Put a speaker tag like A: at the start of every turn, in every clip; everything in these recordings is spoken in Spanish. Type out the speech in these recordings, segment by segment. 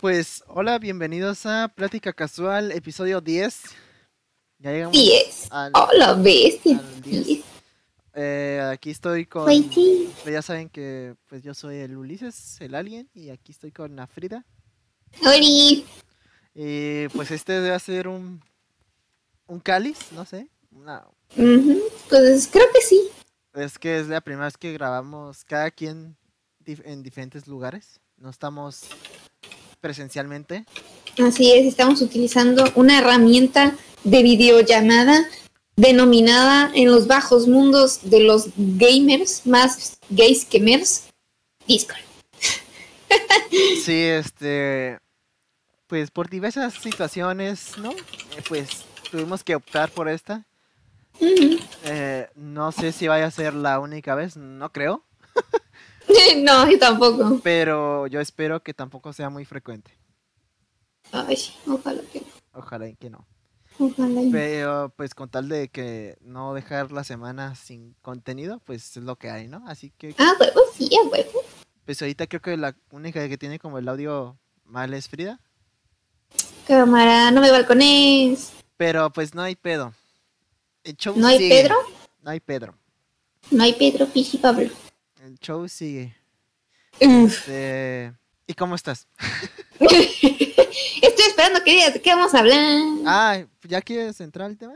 A: Pues hola, bienvenidos a Plática Casual, episodio 10. Ya llegamos
B: 10.
A: al,
B: Hola, bestia.
A: al 10. Eh, aquí estoy con...
B: Soy ti.
A: pues ya saben que pues yo soy el Ulises, el alien, y aquí estoy con la Frida.
B: Ori.
A: Y pues este debe ser un... Un cáliz, no sé. una-
B: Ujú, Pues creo que sí.
A: es que es la primera vez que grabamos cada quien dif- en diferentes lugares. No estamos presencialmente.
B: Así es, estamos utilizando una herramienta de videollamada denominada en los bajos mundos de los gamers, más gays que mers, Discord.
A: Sí, este, pues por diversas situaciones, ¿no? Eh, pues tuvimos que optar por esta.
B: Ujú.
A: Eh, no sé si vaya a ser la única vez, no creo,
B: no, yo tampoco.
A: pero yo espero que tampoco sea muy frecuente.
B: Ay, ojalá que
A: Ojalá y que no.
B: no. Ojalá. y no.
A: Pero pues con tal de que no dejar la semana sin contenido, pues es lo que hay, ¿no? Así que
B: Ah, huevo, sí, a huevo.
A: pues ahorita creo que la única que tiene como el audio mal es Frida,
B: Cámara, no me balcones.
A: pero pues no hay pedo. El show
B: ¿No hay
A: sigue,
B: Pedro?
A: No hay Pedro.
B: No hay Pedro, Piji, Pablo.
A: El show sigue.
B: Uf.
A: Este, ¿Y cómo estás?
B: Estoy esperando que digas de qué vamos a hablar.
A: Ah, ¿ya quieres entrar al tema?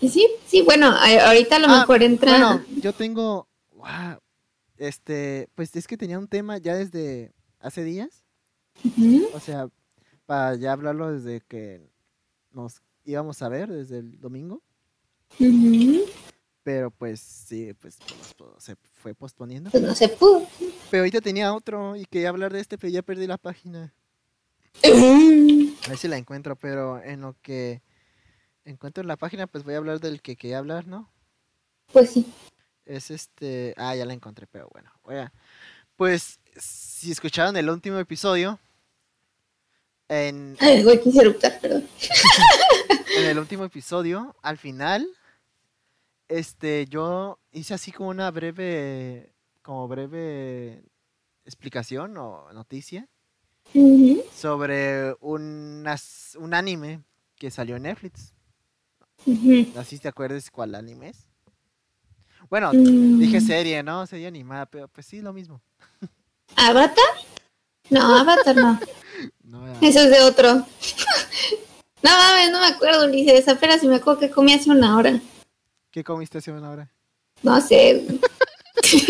B: Sí, sí, bueno, a- ahorita a lo
A: Ah,
B: mejor entra.
A: Bueno, yo tengo. guau, este, pues es que tenía un tema ya desde hace días.
B: Ujú.
A: O sea, para ya hablarlo desde que nos íbamos a ver, desde el domingo.
B: Ujú.
A: Pero pues sí, pues, pues, pues, se fue posponiendo.
B: Pues no se pudo.
A: Pero ahorita tenía otro y quería hablar de este, pero ya perdí la página.
B: Ujú.
A: A ver si la encuentro, pero en lo que encuentro la página, pues voy a hablar del que quería hablar, ¿no?
B: Pues sí.
A: Es este. Ah, ya la encontré, pero bueno. Oiga, pues si escucharon el último episodio, en,
B: Ay, güey, quise eruptar, perdón.
A: en el último episodio, al final, este, yo hice así como una breve, como breve explicación o noticia
B: Ujú.
A: sobre unas- un anime que salió en Netflix.
B: Ujú.
A: No sé si te acuerdas cuál anime es. Bueno,
B: Mm.
A: dije serie, ¿no? Serie animada, pero pues sí, lo mismo.
B: Mm, ¿Avatar? No, Avatar no.
A: No, era-
B: Eso es de otro. no mames, no me acuerdo, Ulises. Apenas si me acuerdo que comí hace una hora.
A: ¿Qué comiste hace una hora?
B: No sé.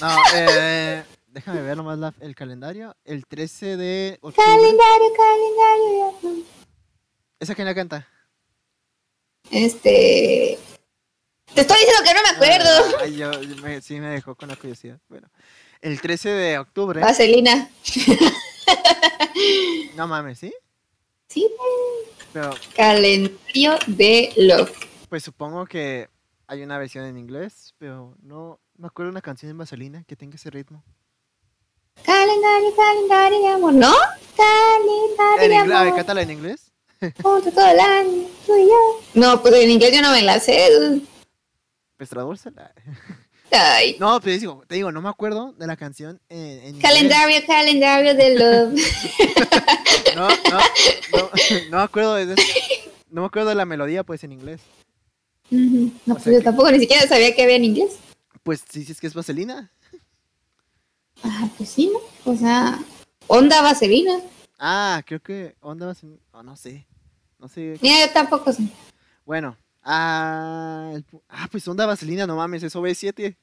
A: No, eh, déjame ver nomás la- el calendario. El 13 de octubre.
B: calendario, calendario.
A: ¿Esa quién la canta?
B: Este. Te estoy diciendo que no me acuerdo.
A: Ah, Ay, yo, yo me- sí me dejó con la curiosidad. Bueno, el 13 de octubre.
B: Vaselina.
A: No mames, ¿sí?
B: Sí,
A: Pero
B: calendario de Love.
A: pues supongo que hay una versión en inglés, pero no me acuerdo de una canción en Vaselina que tenga ese ritmo.
B: Calendario, calendario de amor, ¿no? Calendario
A: En
B: de
A: inglés, a ver,
B: amor,
A: cántala en inglés.
B: junto todo el año, tú y yo. No, pues en inglés yo no me la sé.
A: Pues tradúcela.
B: Ay.
A: No, pero digo, te digo, no me acuerdo de la canción en, en inglés.
B: Calendario, calendario de love.
A: No, no, no, no me acuerdo de no me acuerdo de la melodía pues en inglés.
B: Ujú. no,
A: O
B: pues
A: sea
B: yo
A: que-
B: tampoco ni siquiera sabía que había en inglés.
A: Pues sí, sí es que es vaselina.
B: Ah, pues sí, ¿no? O sea, onda vaselina.
A: Ah, creo que onda vaselina, oh, no sé. No sé.
B: Mira, yo tampoco sé.
A: Bueno, ah, el pu- ah, pues onda vaselina, no mames, es OB7.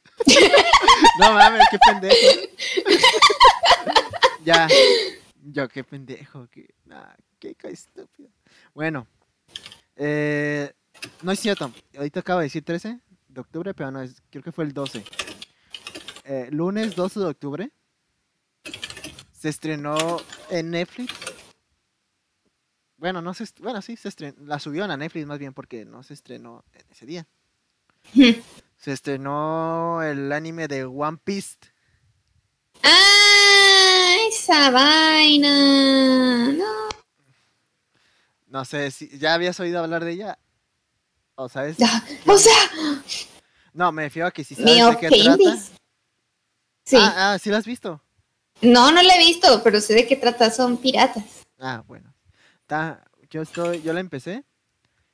A: no mames, qué pendejo. ya. Yo qué pendejo, qué nah, qué ca- estúpido. Bueno. Eh, no es cierto. Ahorita acabo de decir 13 de octubre, pero no es, creo que fue el 12. Eh, lunes 12 de octubre se estrenó en Netflix. Bueno, no se est- bueno, sí se estrenó, la subieron a Netflix más bien porque no se estrenó en ese día.
B: Ujú.
A: Se estrenó el anime de One Piece.
B: ¡Ah! Esa vaina. No.
A: No sé si ya habías oído hablar de ella. O sabes,
B: Ya, O sea,
A: no, me refiero a que si sabes
B: me
A: de qué trata.
B: ofendís. Sí.
A: Ah, ah, sí la has visto.
B: No, no la he visto, pero sé de qué trata, son piratas.
A: Ah, bueno. Ta- yo, estoy, yo la empecé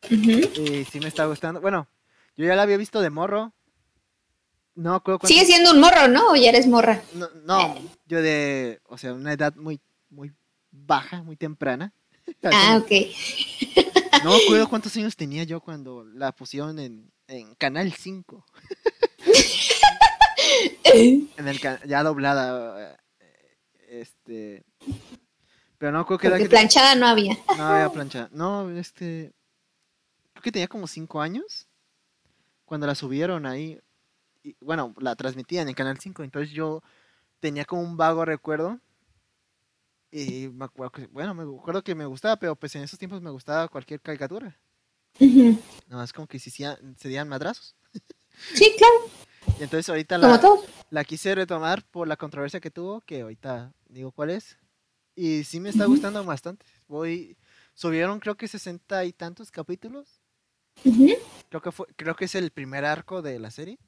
B: Ujú.
A: y sí me está gustando. Bueno, yo ya la había visto de morro. No me acuerdo cuánto-
B: Sigue siendo un morro, ¿no? ¿O ya eres morra?
A: No, no, yo de, o sea, una edad muy, muy baja, muy temprana.
B: Ah, ok.
A: No me acuerdo cuántos años tenía yo cuando la pusieron en, en Canal 5. en el ca- ya doblada. eh, Este. Pero no creo que era
B: Porque
A: que
B: planchada no había.
A: No había plancha. No, este. Creo que tenía como 5 años. Cuando la subieron ahí. y, bueno, la transmitían en Canal 5. Entonces yo tenía como un vago recuerdo. Y me acuerdo que, bueno, me acuerdo que me gustaba, pero pues en esos tiempos me gustaba cualquier caricatura.
B: Ujú.
A: Nada más como que se, hacían- se dieran madrazos.
B: Sí, claro,
A: Y entonces ahorita
B: como
A: la,
B: todo.
A: la quise retomar por la controversia que tuvo, que ahorita digo cuál es. Y sí me está
B: Ujú.
A: gustando bastante. Voy, subieron creo que 60 y tantos capítulos.
B: Ujú.
A: Creo que fue, creo que es el primer arco de la serie.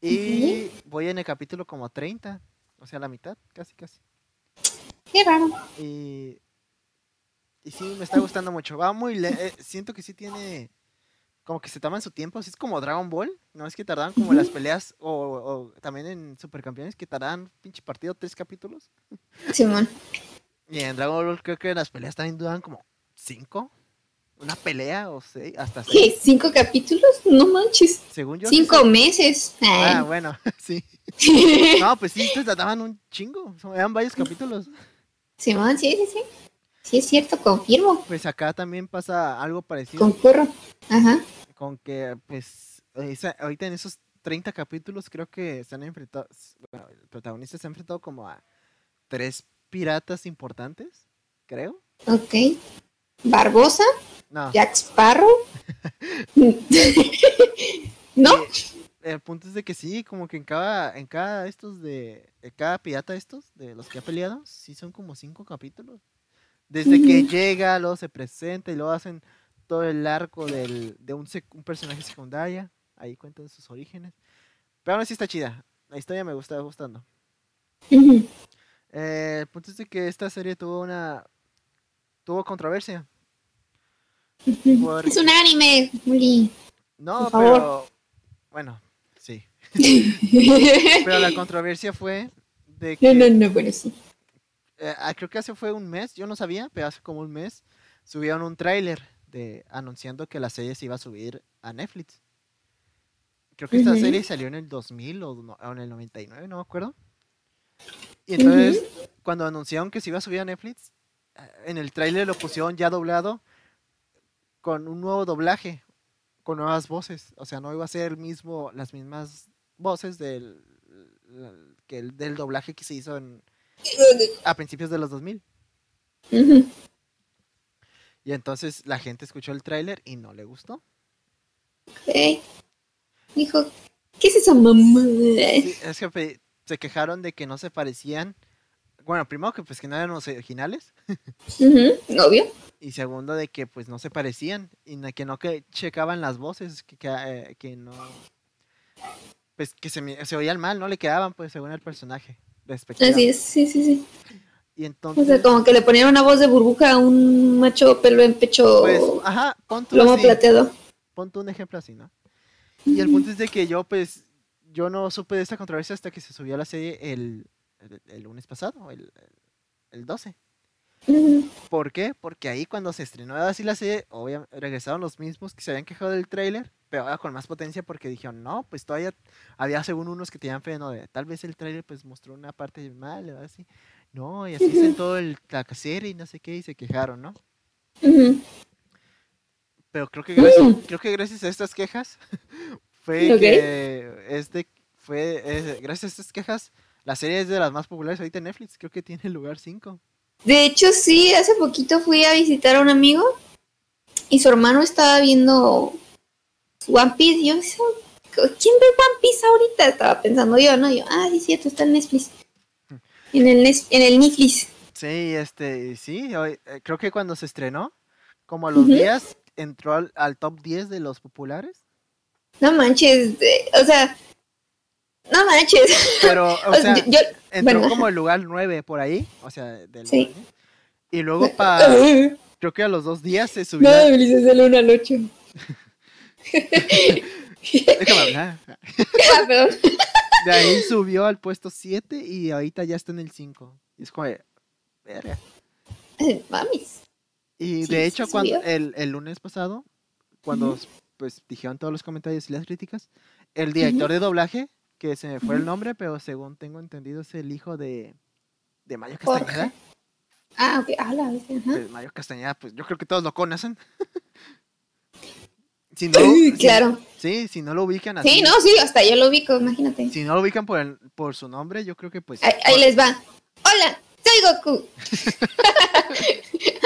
A: Y voy en el capítulo como 30, o sea, la mitad, casi casi.
B: Qué raro.
A: Y, y sí, me está gustando mucho. Va muy le- eh, siento que sí tiene como que se toman su tiempo, así es como Dragon Ball, no es que tardan como las peleas o, o también en Supercampeones que tardan pinche partido tres capítulos.
B: Simón.
A: Y en Dragon Ball creo que las peleas también duran como cinco, una pelea o seis, hasta seis.
B: ¿Qué? ¿Cinco capítulos? No manches.
A: Según yo. sí
B: Cinco
A: son-
B: meses.
A: Ah,
B: Ay.
A: bueno, sí. No, pues sí, estos trataban un chingo. son- Eran varios capítulos.
B: Simón, sí, sí, sí. Sí, es cierto, confirmo.
A: Pues acá también pasa algo parecido.
B: Concurro. Ajá.
A: Con que, pues, esa- ahorita en esos 30 capítulos creo que se han enfrentado. Bueno, el protagonista se ha enfrentado como a tres piratas importantes, creo.
B: Ok. Barbosa,
A: No.
B: Jack Sparrow. ¿No?
A: eh, El punto es de que sí, como que en cada, en cada estos de. En cada pirata estos, de los que ha peleado, sí son como cinco capítulos. Desde que
B: Ujú.
A: llega, luego se presenta y luego hacen todo el arco del, de un, sec- un personaje secundaria. Ahí cuentan sus orígenes. Pero aún sí está chida. La historia me gusta gustando.
B: Ujú.
A: Eh, el punto es de que esta serie tuvo una. tuvo controversia. Por-
B: Es un anime, Juli.
A: No,
B: Por favor.
A: pero. Bueno, sí. Pero la controversia fue de
B: No,
A: que.
B: no, no, bueno, sí.
A: eh, ah, creo que hace fue un mes, yo no sabía, pero hace como un mes subieron un tráiler de anunciando que la serie se iba a subir a Netflix. Creo que esta
B: Ujú.
A: serie salió en el 2000 o, no- o en el 99, no me acuerdo. Y entonces, cuando anunciaron que se iba a subir a Netflix, eh, en el tráiler lo pusieron ya doblado con un nuevo doblaje, con nuevas voces. O sea, no iba a ser el mismo, las mismas voces del, la- que el- del doblaje que se hizo en, a principios de los 2000.
B: Ujú.
A: Y entonces la gente escuchó el tráiler y no le gustó.
B: Ok. Dijo, ¿qué es esa mamada?
A: Sí, es que pe- se quejaron de que no se parecían. Bueno, primero que pues que no eran los originales.
B: Ujú, Obvio.
A: Y segundo de que pues no se parecían. Y na- que no que checaban las voces. Que, que, eh, que no... Pues que se, mi- se oían mal, no le quedaban pues según el personaje. respectivamente.
B: Así es, sí, sí, sí.
A: Y
B: O
A: entonces...
B: sea, como que le ponían una voz de burbuja a un macho pelo en pecho
A: Pues, ajá, pon tú
B: plomo
A: así.
B: plateado.
A: ponte un ejemplo así, ¿no? Y el punto es de que yo, pues, yo no supe de esta controversia hasta que se subió a la serie el, el, el lunes pasado, el, el- el 12.
B: Ujú.
A: ¿Por qué? Porque ahí cuando se estrenó así la serie, obviamente regresaron los mismos que se habían quejado del tráiler, pero ahora con más potencia porque dijeron, no, pues todavía había según unos que tenían fe, no, de, tal vez el tráiler pues mostró una parte mal, o así. No, y así es en toda la serie y no sé qué, y se quejaron, ¿no?
B: Ujú.
A: Pero creo que gracias,
B: Mm.
A: creo que gracias a estas quejas fue
B: Ok.
A: que este fue eh, gracias a estas quejas la serie es de las más populares ahorita en Netflix, creo que tiene el lugar 5.
B: De hecho, sí, hace poquito fui a visitar a un amigo y su hermano estaba viendo One Piece. Yo, "Eso, ¿quién ve One Piece ahorita? Estaba pensando yo, ¿no? Yo, ah, sí, es cierto, está en Netflix. En el, Nes- en el Netflix.
A: Sí, este, y sí, hoy- eh, creo que cuando se estrenó, como a los
B: Ujú.
A: días, entró al, al top 10 de los populares.
B: No manches, de- o sea, eh, No manches.
A: Pero, o
B: O-
A: sea,
B: yo- yo-
A: entró
B: bueno.
A: como el lugar 9 por ahí, o sea, del
B: Sí.
A: lugar, ¿eh? Y luego para, creo que a los dos días se subió.
B: no, Ulises, del 1 al 8.
A: Déjame hablar.
B: Ah, perdón.
A: De ahí subió al puesto 7 y ahorita ya está en el 5. Y es como, de, verga.
B: Mamis.
A: Y
B: Sí, sí
A: de hecho, cuando
B: subió.
A: el, el lunes pasado, cuando
B: Ujú.
A: pues dijeron todos los comentarios y las críticas, el director de doblaje, que se me fue el
B: Ujú.
A: nombre, pero según tengo entendido es el hijo de, de Mario
B: Jorge.
A: Castañeda.
B: Ah, ok. Ah, la bestia, ajá.
A: pues, Mario Castañeda, pues yo creo que todos lo conocen. si no,
B: Uy,
A: si-
B: claro.
A: sí, si no lo ubican así.
B: Sí, no, sí, hasta yo lo ubico, imagínate.
A: Si no lo ubican por, el- por su nombre, yo creo que pues...
B: Ahí, ahí les va. Hola, soy Goku.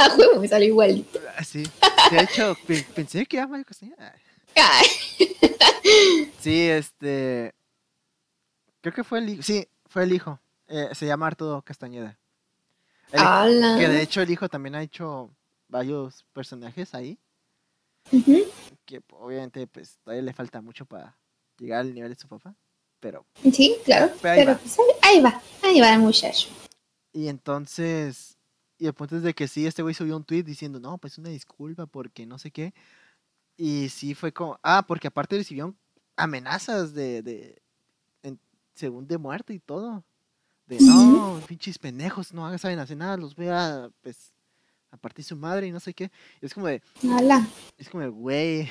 B: A huevo me salió igual.
A: Ah, Sí, de hecho, pe- pensé que era Mario Castañeda.
B: Ay,
A: Sí, este. Creo que fue el hijo. Sí, fue el hijo. Eh, se llama Arturo Castañeda. El hijo-
B: Hola.
A: que de hecho el hijo también ha hecho varios personajes ahí.
B: Ujú,
A: Que obviamente, pues todavía le falta mucho para llegar al nivel de su papá. Pero.
B: Sí, claro.
A: Pero ahí
B: Pero
A: va.
B: pues, ahí va, ahí va el muchacho.
A: Y entonces. Y el punto es de que sí, este güey subió un tweet diciendo, no, pues una disculpa porque no sé qué. Y sí fue como. Ah, porque aparte recibieron amenazas de. de en- según de muerte y todo. De no, pinches pendejos, no hagas- saben hacer nada, los voy a. Pues. A partir su madre y no sé qué. Y es como de.
B: Hola.
A: Es como de, güey.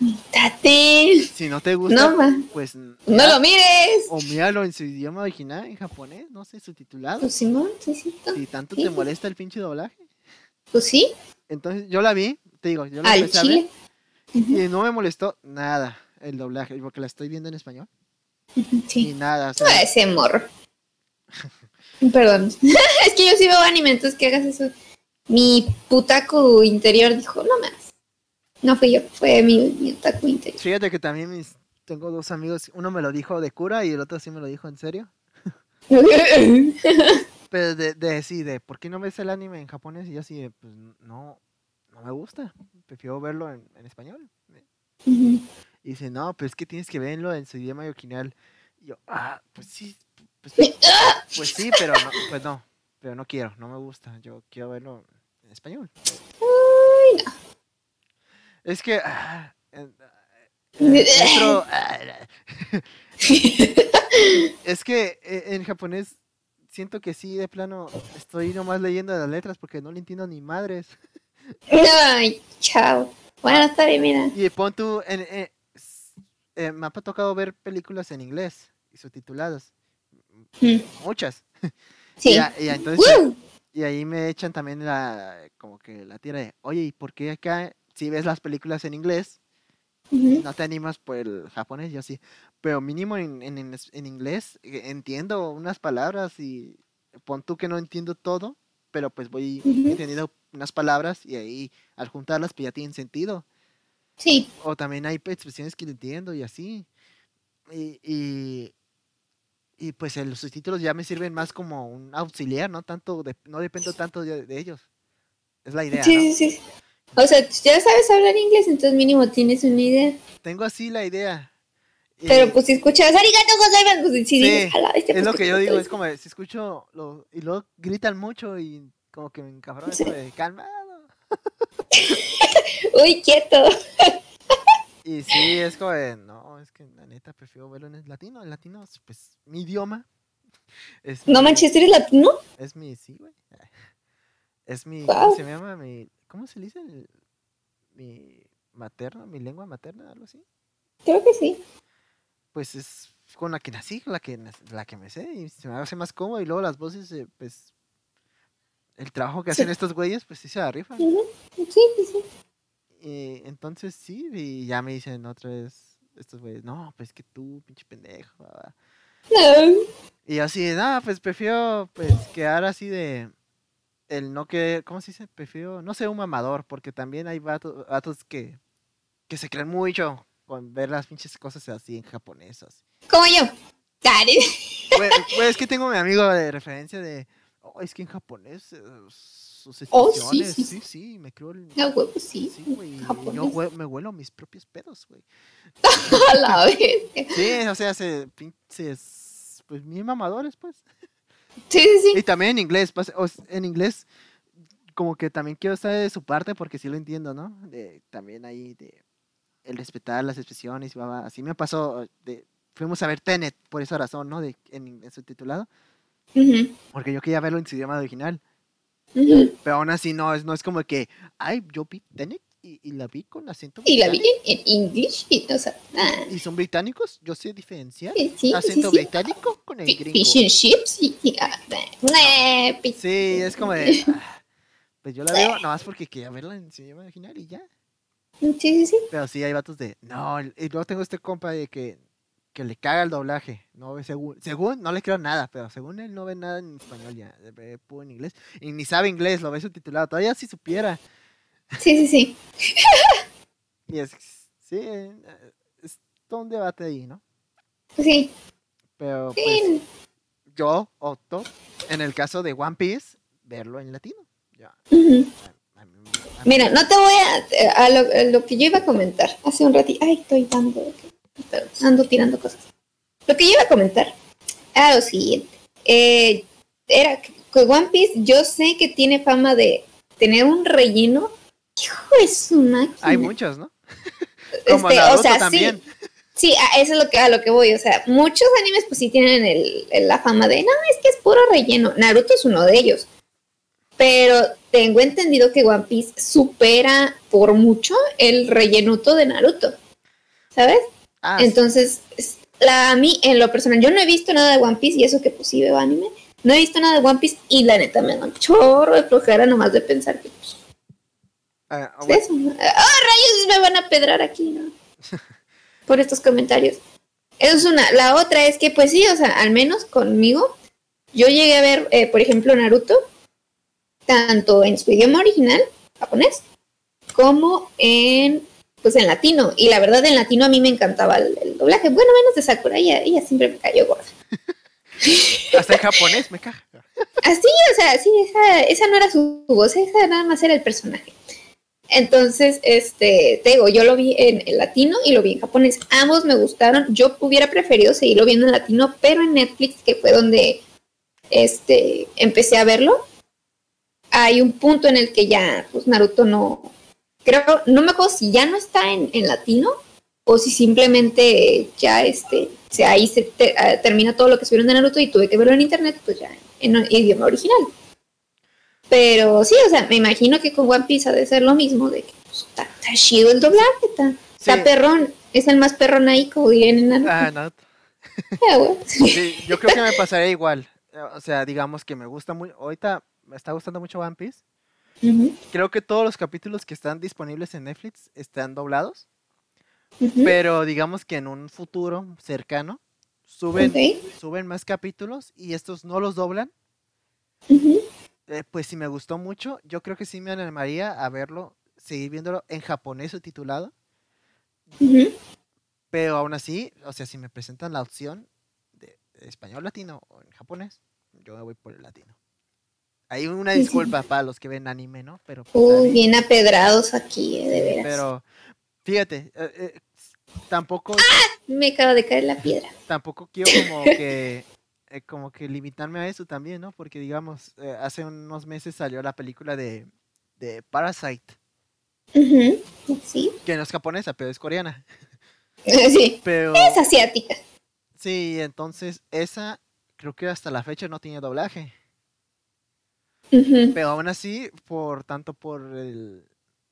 B: Tate.
A: Si no te gusta,
B: No, ma-
A: pues.
B: no
A: ya,
B: lo mires.
A: O míralo en su idioma original, en japonés, no sé, subtitulado.
B: Pues Simón, sí, sí. no.
A: Si tanto
B: sí,
A: te
B: sí.
A: molesta el pinche doblaje.
B: Pues sí,
A: Entonces yo la vi, te digo, yo la
B: al
A: empecé a ver
B: chile. Ujú,
A: y no me molestó nada el doblaje, porque la estoy viendo en español
B: ujú,
A: y
B: Sí.
A: nada, o sea,
B: Ah, ese morro. Perdón. es que yo sí veo anime, entonces que hagas eso. Mi putaco interior dijo, no más. No fui yo, fue mi, mi otaku interior.
A: fíjate que también mis tengo dos amigos, uno me lo dijo de cura y el otro sí me lo dijo en serio. Pero de, de sí, de por qué no ves el anime en japonés y yo así, de, pues no, no me gusta, prefiero verlo en, en español.
B: Ujú.
A: Y dice, no, pero es que tienes que verlo en su idioma original. Y yo, ah, pues sí, pues, pues sí, pero no, pues no, pero no quiero, no me gusta, yo quiero verlo en español.
B: Ay, no.
A: Es que. ah, en-
B: Bleh.
A: dentro- ah, la- es que eh, en japonés siento que sí, de plano, estoy nomás leyendo las letras porque no le entiendo ni madres.
B: Ay, chao. Bueno, está bien, mira.
A: Y pon tú. En, eh, s- eh, me ha tocado ver películas en inglés y subtituladas.
B: Mm,
A: Muchas.
B: Sí.
A: Y, a- y a- entonces,
B: Woo.
A: y ahí me echan también la, como que la tira de, oye, ¿y por qué acá si ves las películas en inglés
B: Ujú.
A: no te animas por el japonés, yo sí. Pero mínimo en, en, en es- en inglés eh, entiendo unas palabras y pon tú que no entiendo todo, pero pues voy
B: Ujú.
A: entendiendo unas palabras y ahí al juntarlas pues ya tienen sentido.
B: Sí.
A: O también hay expresiones que no entiendo y así. Y, y, y, pues el- los subtítulos ya me sirven más como un auxiliar, ¿no? Tanto de- no dependo tanto de, de ellos. Es la idea,
B: Sí,
A: ¿no?
B: sí, sí. O sea, tú ya sabes hablar inglés, entonces mínimo tienes una idea.
A: Tengo así la idea. Y-
B: Pero pues si escuchas arigato gozaimasu, pues sí,
A: Sí,
B: dices, a la bestia,
A: Es
B: pues,
A: lo
B: ¿qué
A: que yo
B: puto
A: digo,
B: es?
A: es como si escucho lo- y luego gritan mucho y como que me encabrona
B: Sí.
A: eso de calmado.
B: Uy, quieto.
A: Y sí, es como de, no, es que la neta prefiero verlo en el latino. El latino es pues mi idioma. este, Es
B: No
A: mi-
B: manches, ¿tú ¿eres latino?
A: Es mi, sí, güey. Es mi,
B: Guau.
A: ¿cómo se llama? Mi, ¿Cómo se le dice? El- mi materna, mi lengua materna, algo así.
B: Creo que sí.
A: Pues es con la que nací, con la que, nac- la que me sé y se me hace más cómodo. Y luego las voces, eh, pues, el trabajo que
B: Sí.
A: hacen estos güeyes, pues sí se la rifan.
B: Ujú. Sí, sí, sí.
A: Eh, entonces sí, y ya me dicen otra vez estos güeyes, no, pues que tú, pinche pendejo. bla, bla".
B: No.
A: Y yo así, nada, pues prefiero pues quedar así de el no que, ¿cómo se dice? Prefiero, no sé, un mamador, porque también hay vato- vatos que, que se creen mucho con ver las pinches cosas así en japonés. así.
B: Como yo. Dale.
A: Güey, güey, es que tengo mi amigo de referencia de, oh, es que en japonés eh, sus
B: Oh,
A: extensiones.
B: sí,
A: sí,
B: sí,
A: sí, me creo el...
B: A huevo, sí.
A: Sí, güey. Yo
B: japonés.
A: hue- me huelo mis propios pedos, güey.
B: A la vez.
A: Sí, o sea, se pinches, pues bien mamadores, pues.
B: Sí, sí, sí.
A: Y también en inglés, pues, o s- en inglés como que también quiero estar de su parte porque sí lo entiendo, ¿no? De, también ahí de el respetar las expresiones y bla, bla. así me pasó de fuimos a ver Tenet por esa razón, ¿no? De en, in- en su titulado,
B: Ujú,
A: porque yo quería verlo en su idioma original,
B: ujú.
A: pero aún así no es no es como que ay, yo vi Tenet y, y la vi con acento
B: Y la vi
A: británico,
B: en inglés y, o sea, ah,
A: y son británicos, yo sé diferenciar
B: sí, sí, sí,
A: acento
B: sí.
A: británico con el
B: Fi-
A: gringo.
B: Fish and chips y, y, ah, nah, pues, pi-
A: Sí, es como de. ah, Pues yo la veo nomás porque quería verla en su idioma original y ya.
B: Sí, sí, sí.
A: Pero sí, hay vatos de. No, el- y luego tengo este compa de que, que le caga el doblaje. No ve según, según, no le creo nada, pero según él no ve nada en español ya. Ve puro en inglés. Y ni sabe inglés, lo ve subtitulado. Todavía si supiera.
B: Sí, sí, sí.
A: Y es. Sí, eh, es todo un debate ahí, ¿no?
B: Sí.
A: Pero pues,
B: sí.
A: yo opto, en el caso de One Piece, verlo en latino. Ya,
B: Ujú.
A: a- a mí- a mí-
B: Mira, no te voy a, a lo, a lo que yo iba a comentar hace un ratito. Ay, estoy dando, ando tirando cosas. Lo que yo iba a comentar era lo siguiente. Eh, era que que One Piece yo sé que tiene fama de tener un relleno. Hijo de su máquina.
A: Hay muchos, ¿no?
B: Este,
A: Como Naruto
B: o sea,
A: también.
B: sí. Sí, a eso es lo que, a lo que voy. O sea, muchos animes pues sí tienen el- el- la fama de, no, es que es puro relleno. Naruto es uno de ellos. Pero tengo entendido que One Piece supera por mucho el rellenuto de Naruto. ¿Sabes?
A: Ah, sí.
B: Entonces, es- la, a mí, en lo personal, yo no he visto nada de One Piece y eso que pues sí veo anime. No he visto nada de One Piece y la neta me da un chorro de flojera nomás de pensar que pues,
A: Ah, ah,
B: de eso, ¿no? ¡Oh, rayos! Me van a pedrar aquí, ¿no? Por estos comentarios. Eso es una. La otra es que, pues sí, o sea, al menos conmigo, yo llegué a ver, eh, por ejemplo, Naruto, tanto en su idioma original, japonés, como en, pues en latino. Y la verdad, en latino a mí me encantaba el, el doblaje. Bueno, menos de Sakura, ella, ella siempre me cayó gorda.
A: Hasta en japonés me caja.
B: Así, o sea, sí, esa, esa no era su voz, esa nada más era el personaje. Entonces, este, te digo, yo lo vi en, en latino y lo vi en japonés. Ambos me gustaron. Yo hubiera preferido seguirlo viendo en latino, pero en Netflix, que fue donde este, empecé a verlo, hay un punto en el que ya, pues Naruto no, creo, no me acuerdo si ya no está en, en latino o si simplemente ya, este, o sea, ahí se te- ah, termina todo lo que subieron de Naruto y tuve que verlo en internet, pues ya en el idioma original. Pero sí, o sea, me imagino que con One Piece ha de ser lo mismo, de que pues, está, está chido el doblaje, está, está
A: Sí.
B: perrón, es el más perrón ahí, como dirían en Naruto.
A: Ah, no.
B: Ah, güey.
A: Sí, yo creo que me pasaría igual. Eh, O sea, digamos que me gusta muy. Ahorita me está gustando mucho One Piece.
B: Ujú,
A: Creo que todos los capítulos que están disponibles en Netflix están doblados.
B: ujú.
A: Pero digamos que en un futuro cercano suben,
B: Ok,
A: suben más capítulos y estos no los doblan.
B: ujú.
A: Eh, pues si me gustó mucho, yo creo que sí me animaría a verlo, seguir viéndolo en japonés subtitulado.
B: Ujú.
A: Pero aún así, o sea, si me presentan la opción de español latino o en japonés, yo me voy por el latino. Hay una
B: Sí, sí.
A: disculpa para los que ven anime, ¿no? Pero, pues,
B: Uy,
A: anime,
B: bien apedrados aquí, eh, de
A: sí,
B: veras.
A: pero fíjate, eh, eh, s- tampoco,
B: ¡Ah! Me acaba de caer la piedra.
A: tampoco quiero como que eh, como que limitarme a eso también, ¿no? Porque digamos, eh, hace unos meses salió la película de, de Parasite,
B: Ujú, Sí,
A: que no es japonesa, pero es coreana.
B: sí.
A: Pero
B: Es asiática.
A: sí, entonces esa creo que hasta la fecha no tiene doblaje.
B: Ujú,
A: Pero aún así, por tanto por el,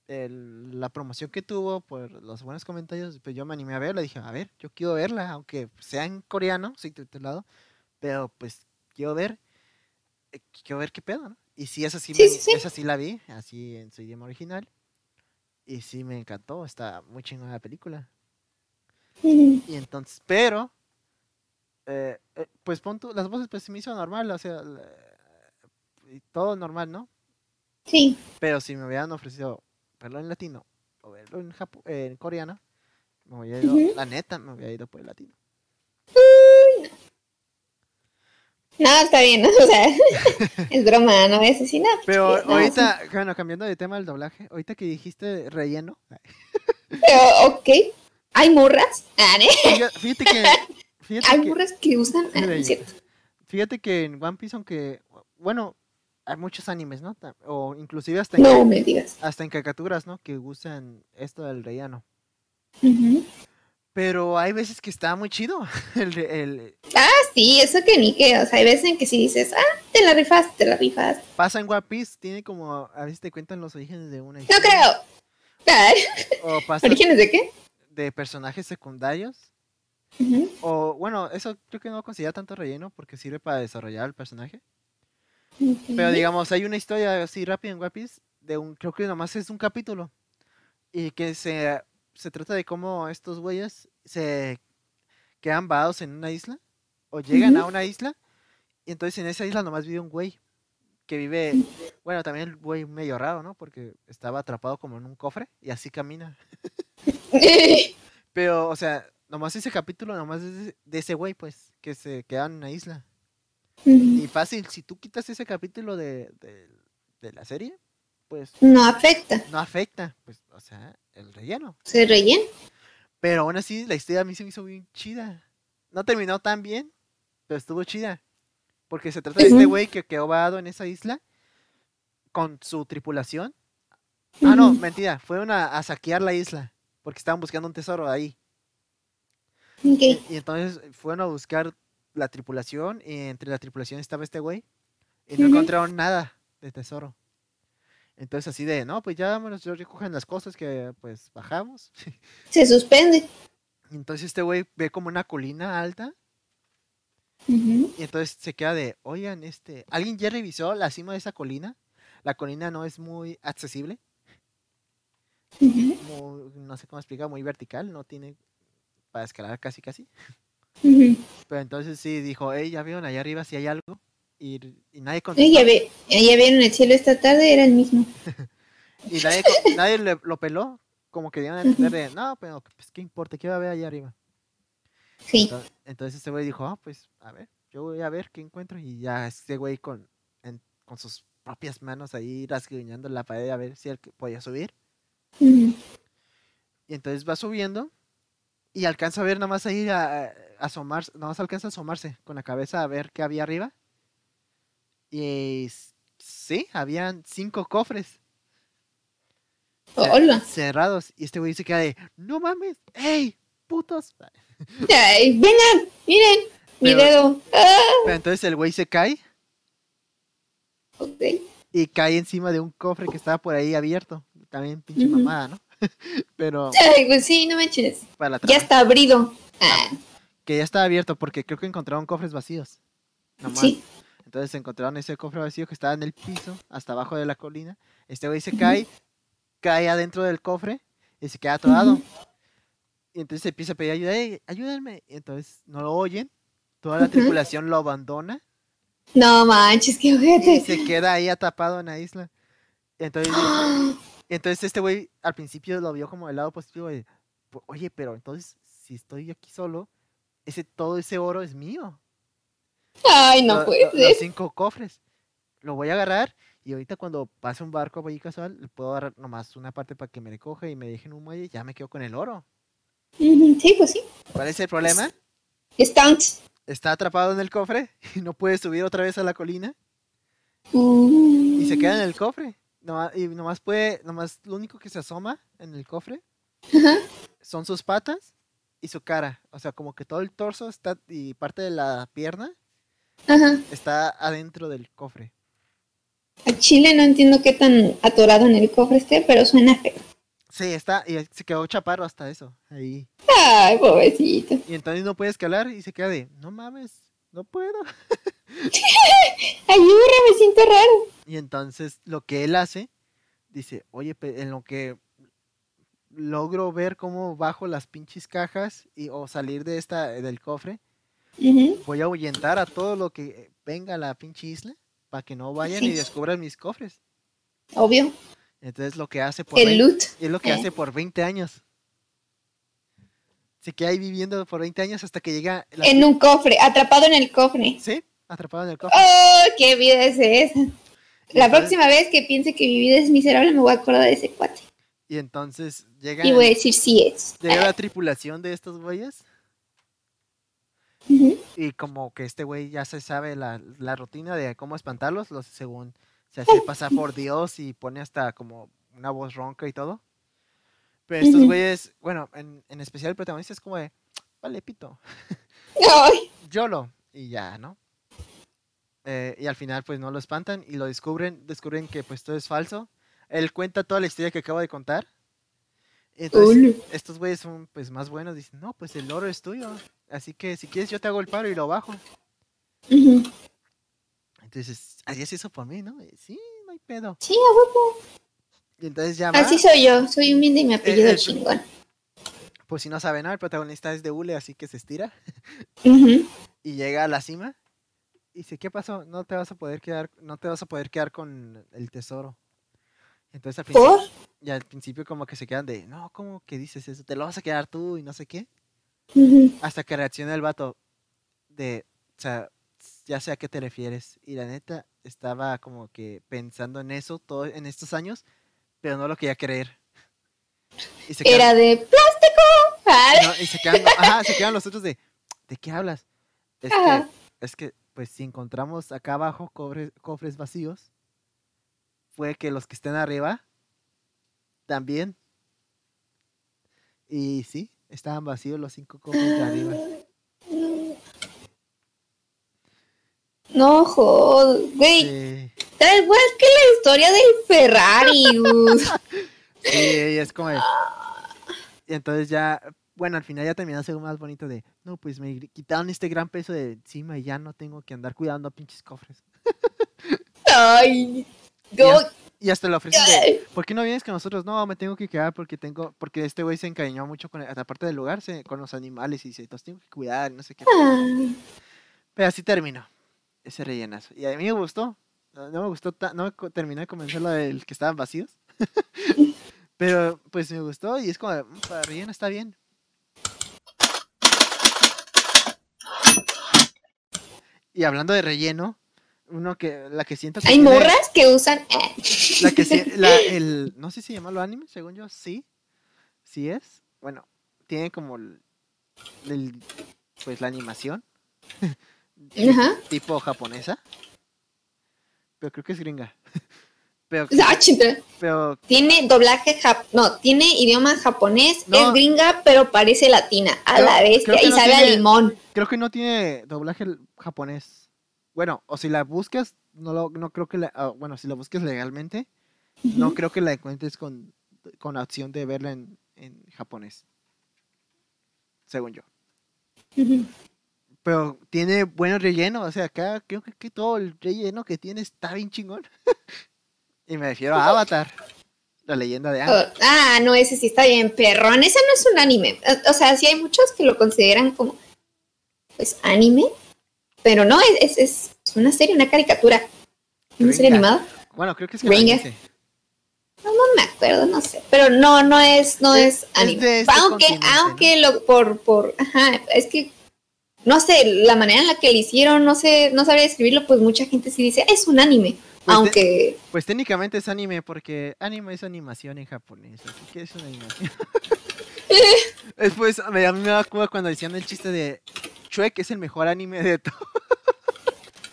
A: el- la promoción que tuvo, por los buenos comentarios, pues yo me animé a verla. Dije, a ver, yo quiero verla, aunque sea en coreano, sí, titulado, pero pues quiero ver, eh, quiero ver qué pedo, ¿no? Y sí, esa sí,
B: Sí,
A: me-
B: sí, sí.
A: esa sí la vi, así en su idioma original. Y sí me encantó, está muy chingona la película.
B: ujú.
A: Y entonces, pero, eh, eh, pues pon tú, las voces pues se me hizo normal, o sea, la- y todo normal, ¿no?
B: Sí.
A: Pero si me hubieran ofrecido verlo en latino o verlo en, japo- eh, en coreano, me hubiera ido,
B: Ujú.
A: la neta, me hubiera ido por el latino.
B: No, está bien, ¿no? o sea, es broma, no voy a asesinar.
A: Pero
B: chiquis, no,
A: ahorita, bueno, cambiando de tema del doblaje, ahorita que dijiste relleno,
B: sí. Pero, ok, hay morras, ah, ¿eh?
A: fíjate, fíjate que... Fíjate
B: hay
A: que-
B: morras que usan, ah, no
A: Mira,
B: es cierto.
A: Fíjate que en One Piece, aunque, bueno, hay muchos animes, ¿no? Ta- O inclusive hasta en,
B: No me digas.
A: hasta en caricaturas, ¿no? Que usan esto del relleno.
B: Ujú.
A: Pero hay veces que está muy chido. El, re- el-
B: Ah, sí, eso que ni que, o sea, hay veces en que si dices, ah, te la rifas, te la rifas.
A: pasa en One Piece, tiene como, a veces te cuentan los orígenes de una
B: No
A: historia,
B: creo. Ah,
A: O pasa
B: ¿Orígenes de qué?
A: de personajes secundarios.
B: Ujú.
A: O bueno, eso creo que no considera tanto relleno porque sirve para desarrollar el personaje. Pero
B: Ujú.
A: digamos, hay una historia así rápida en One Piece de un, creo que nomás es un capítulo. Y que se, se trata de cómo estos güeyes se quedan varados en una isla o llegan a
B: Ujú.
A: una isla. Y entonces en esa isla nomás vive un güey que vive, bueno, también el güey medio raro, ¿no? Porque estaba atrapado como en un cofre y así camina. Pero, o sea, nomás ese capítulo nomás es de- de ese güey, pues, que se quedan en una isla.
B: Ujú.
A: Y fácil, si tú quitas ese capítulo de, de- de la serie, pues
B: no afecta,
A: no afecta, pues, o sea, el relleno.
B: se rellena.
A: Pero aún así, la historia a mí se me hizo bien chida. No terminó tan bien, pero estuvo chida. Porque se trata de este
B: Ujú.
A: güey que quedó varado en esa isla con su tripulación. Ah, no,
B: Ujú.
A: mentira, fueron a, a saquear la isla porque estaban buscando un tesoro ahí.
B: Ok.
A: Y entonces eh, fueron a buscar la tripulación y entre la tripulación estaba este güey y no
B: Ujú.
A: encontraron nada de tesoro. Entonces así de, no, pues ya vámonos, yo recogen las cosas que pues bajamos.
B: Se suspende.
A: Y entonces este güey ve como una colina alta
B: Ujú.
A: y entonces se queda de, oigan, este, ¿alguien ya revisó la cima de esa colina? La colina no es muy accesible,
B: Ujú.
A: muy- no sé cómo explicar, muy vertical, no tiene para escalar casi casi.
B: Ujú.
A: Pero entonces sí dijo, hey, ya vieron allá arriba si hay algo y, y nadie contestó.
B: Ey, Ya, ve, ya vieron el cielo esta tarde, era el mismo.
A: Y nadie, co- nadie le- lo peló. Como que dieron a entender de, no, pero pues qué importa, qué va a haber allá arriba.
B: Sí.
A: Ento- Entonces ese güey dijo, ah, pues a ver, yo voy a ver qué encuentro. Y ya ese güey con, en- con sus propias manos ahí rasguñando la pared a ver si él que- podía subir.
B: Ujú.
A: Y entonces va subiendo y alcanza a ver nada más ahí a, a asomarse, nada más alcanza a asomarse con la cabeza a ver qué había arriba. Y s- sí, habían cinco cofres. sea,
B: Hola.
A: cerrados. Y este güey se queda de, no mames, ¡ey! ¡Putos!
B: Ay, vengan, miren, mi
A: Pero-
B: dedo. Ah,
A: Pero entonces el güey se cae
B: ok.
A: y cae encima de un cofre que estaba por ahí abierto. También pinche
B: Ujú.
A: mamada, ¿no? Pero
B: Ay, pues sí, no manches.
A: para la
B: Ya
A: trama,
B: está abrido. Ah,
A: que ya estaba abierto porque creo que encontraron cofres vacíos. Nomás.
B: sí.
A: Entonces encontraron ese cofre vacío que estaba en el piso, hasta abajo de la colina. Este güey se
B: Ujú.
A: cae, cae adentro del cofre y se queda atorado.
B: Ujú.
A: Y entonces empieza a pedir ayuda, "Ey, ayúdenme. Y entonces no lo oyen. Toda la
B: Ujú.
A: tripulación lo abandona.
B: No manches, qué
A: y
B: ojete.
A: se queda ahí atrapado en la isla. Entonces,
B: Ah,
A: entonces este güey al principio lo vio como el lado positivo de, "Po- oye, pero entonces si estoy aquí solo, ese todo ese oro es mío.
B: Ay,
A: Lo-
B: no
A: lo-
B: puede
A: los
B: ser.
A: cinco cofres. Lo voy a agarrar y ahorita cuando pase un barco por ahí casual, le puedo agarrar nomás una parte para que me recoja y me dejen un muelle y ya me quedo con el oro.
B: Ujú, Sí, pues sí.
A: ¿Cuál es
B: Pues
A: el problema?
B: Stunts.
A: Está atrapado en el cofre y no puede subir otra vez a la colina.
B: Uh.
A: y se queda en el cofre. Nomás, y nomás puede, nomás lo único que se asoma en el cofre
B: Ajá.
A: son sus patas y su cara. O sea, como que todo el torso está y parte de la pierna
B: Ajá.
A: está adentro del cofre.
B: A Chile no entiendo qué tan atorado en el cofre esté, pero suena feo.
A: Sí, está, y se quedó chaparro hasta eso. Ahí.
B: Ay, pobrecito.
A: Y entonces no puede escalar y se queda de, no mames, no puedo.
B: Ayuda, me siento raro.
A: Y entonces lo que él hace, dice, oye, pe- en lo que logro ver cómo bajo las pinches cajas y, o salir de esta, del cofre,
B: Ujú.
A: voy a ahuyentar a todo lo que venga a la pinche isla para que no vayan y
B: Sí.
A: descubran mis cofres.
B: Obvio.
A: Entonces lo que hace por
B: El
A: 20,
B: loot.
A: es lo que
B: eh.
A: hace por 20 años. Se queda ahí viviendo por 20 años hasta que llega la-
B: En un cofre, atrapado en el cofre.
A: ¿Sí? atrapado en el cofre.
B: ¡Oh, qué vida es esa! La
A: Entonces-
B: próxima vez que piense que mi vida es miserable, me voy a acordar de ese cuate.
A: Y entonces llega,
B: Y eh. voy a decir sí es.
A: llega la tripulación de estos güeyes.
B: Ujú.
A: Y como que este güey ya se sabe la, la rutina de cómo espantarlos, los según se hace pasar por Dios y pone hasta como una voz ronca y todo. Pero estos
B: Ujú.
A: güeyes, bueno, en, en especial el protagonista es como de, vale, pito,
B: Ay,
A: YOLO, y ya, ¿no? Eh, y al final pues no lo espantan y lo descubren, descubren que pues todo es falso. Él cuenta toda la historia que acabo de contar. Entonces,
B: Uy,
A: estos güeyes son pues más buenos, dicen, no, pues el oro es tuyo. Así que si quieres yo te hago el paro y lo bajo.
B: ujú.
A: Entonces, harías eso por mí, ¿no? Y, Sí, no hay pedo.
B: Sí, a huevo.
A: Y entonces ya va,
B: Así soy yo. Soy humilde y mi apellido
A: eh,
B: es chingón.
A: pues si no saben, ¿no? El protagonista es de Ule, así que se estira
B: Ujú.
A: y llega a la cima. Y dice, ¿qué pasó? No te vas a poder quedar, no te vas a poder quedar con el tesoro. Entonces al principio,
B: ¿Por?
A: y al principio como que se quedan de, no, ¿cómo que dices eso? Te lo vas a quedar tú y no sé qué.
B: Ujú.
A: Hasta que reacciona el vato de, o sea, ya sé a qué te refieres. Y la neta, estaba como que pensando en eso todo en estos años, pero no lo quería creer. Y se quedan-
B: Era de plástico. Ay,
A: no, y se quedan, ajá, se quedan los otros de, ¿de qué hablas? Es que,
B: Ajá.
A: es que, pues si encontramos acá abajo cofres, cofres vacíos, puede que los que estén arriba también. Y sí, estaban vacíos los cinco cofres de arriba.
B: No jodas, güey.
A: Sí,
B: Tal cual que la historia del Ferrari. güey.
A: sí, y es como... de- Y entonces ya, bueno, al final ya terminó algo más bonito de, no, pues me quitaron este gran peso de encima y ya no tengo que andar cuidando a pinches cofres.
B: Ay,
A: Y
B: go.
A: hasta- Y hasta le ofrecen de, ¿Por qué no vienes con nosotros? No, me tengo que quedar porque tengo, porque este güey se encariñó mucho con, la parte del lugar, se- con los animales y dice, los tengo que cuidar, no sé qué.
B: Ah,
A: Pero así terminó ese rellenazo. Y a mí me gustó, no no me gustó, ta- no me co- terminé de convencer lo del que estaban vacíos, pero pues me gustó y es como, de, "Mm, para relleno está bien. Y hablando de relleno, uno que, la que siento que
B: Hay
A: tiene-
B: morras que usan. ah,
A: la que sí- la- el, no sé si llamarlo anime, según yo, sí. Sí es. Bueno, tiene como el, el- pues la animación
B: Ajá.
A: tipo japonesa. Pero creo que es gringa. Pero,
B: Ah, chinga.
A: pero
B: Tiene doblaje jap no, tiene idioma japonés,
A: No.
B: es gringa, pero parece latina, a
A: Creo-
B: la
A: creo
B: bestia,
A: que
B: y
A: no
B: sabe a
A: tiene-
B: limón.
A: creo que no tiene doblaje l- japonés. Bueno, o si la buscas, no lo, no creo que la, ah, bueno, si la buscas legalmente, no creo que la encuentres con, con la opción de verla en, en japonés. Según yo.
B: Ujú.
A: pero tiene buen relleno. O sea, acá creo que, que todo el relleno que tiene está bien chingón. y me refiero a Avatar, la leyenda de Aang.
B: Oh, ah, no, ese sí está bien, perrón, ese no es un anime. O- O sea, sí hay muchos que lo consideran como, pues, anime, pero no, es, es, es una serie, una caricatura. Una serie
A: Gringa.
B: animada,
A: Bueno, creo que es
B: Gringa.
A: canadiense.
B: no me acuerdo, no sé, pero no, no es, no es,
A: Es- es
B: anime.
A: de este
B: aunque,
A: continente,
B: aunque lo, por, por, ajá, es que, no sé, la manera en la que lo hicieron, no sé, no sabría describirlo, pues mucha gente sí dice, es un anime,
A: Pues de-
B: aunque,
A: Pues técnicamente es anime, porque anime es animación en japonés. Así que es una animación. Después me, a mí me da cuba cuando decían el chiste de Shrek es el mejor anime de todo.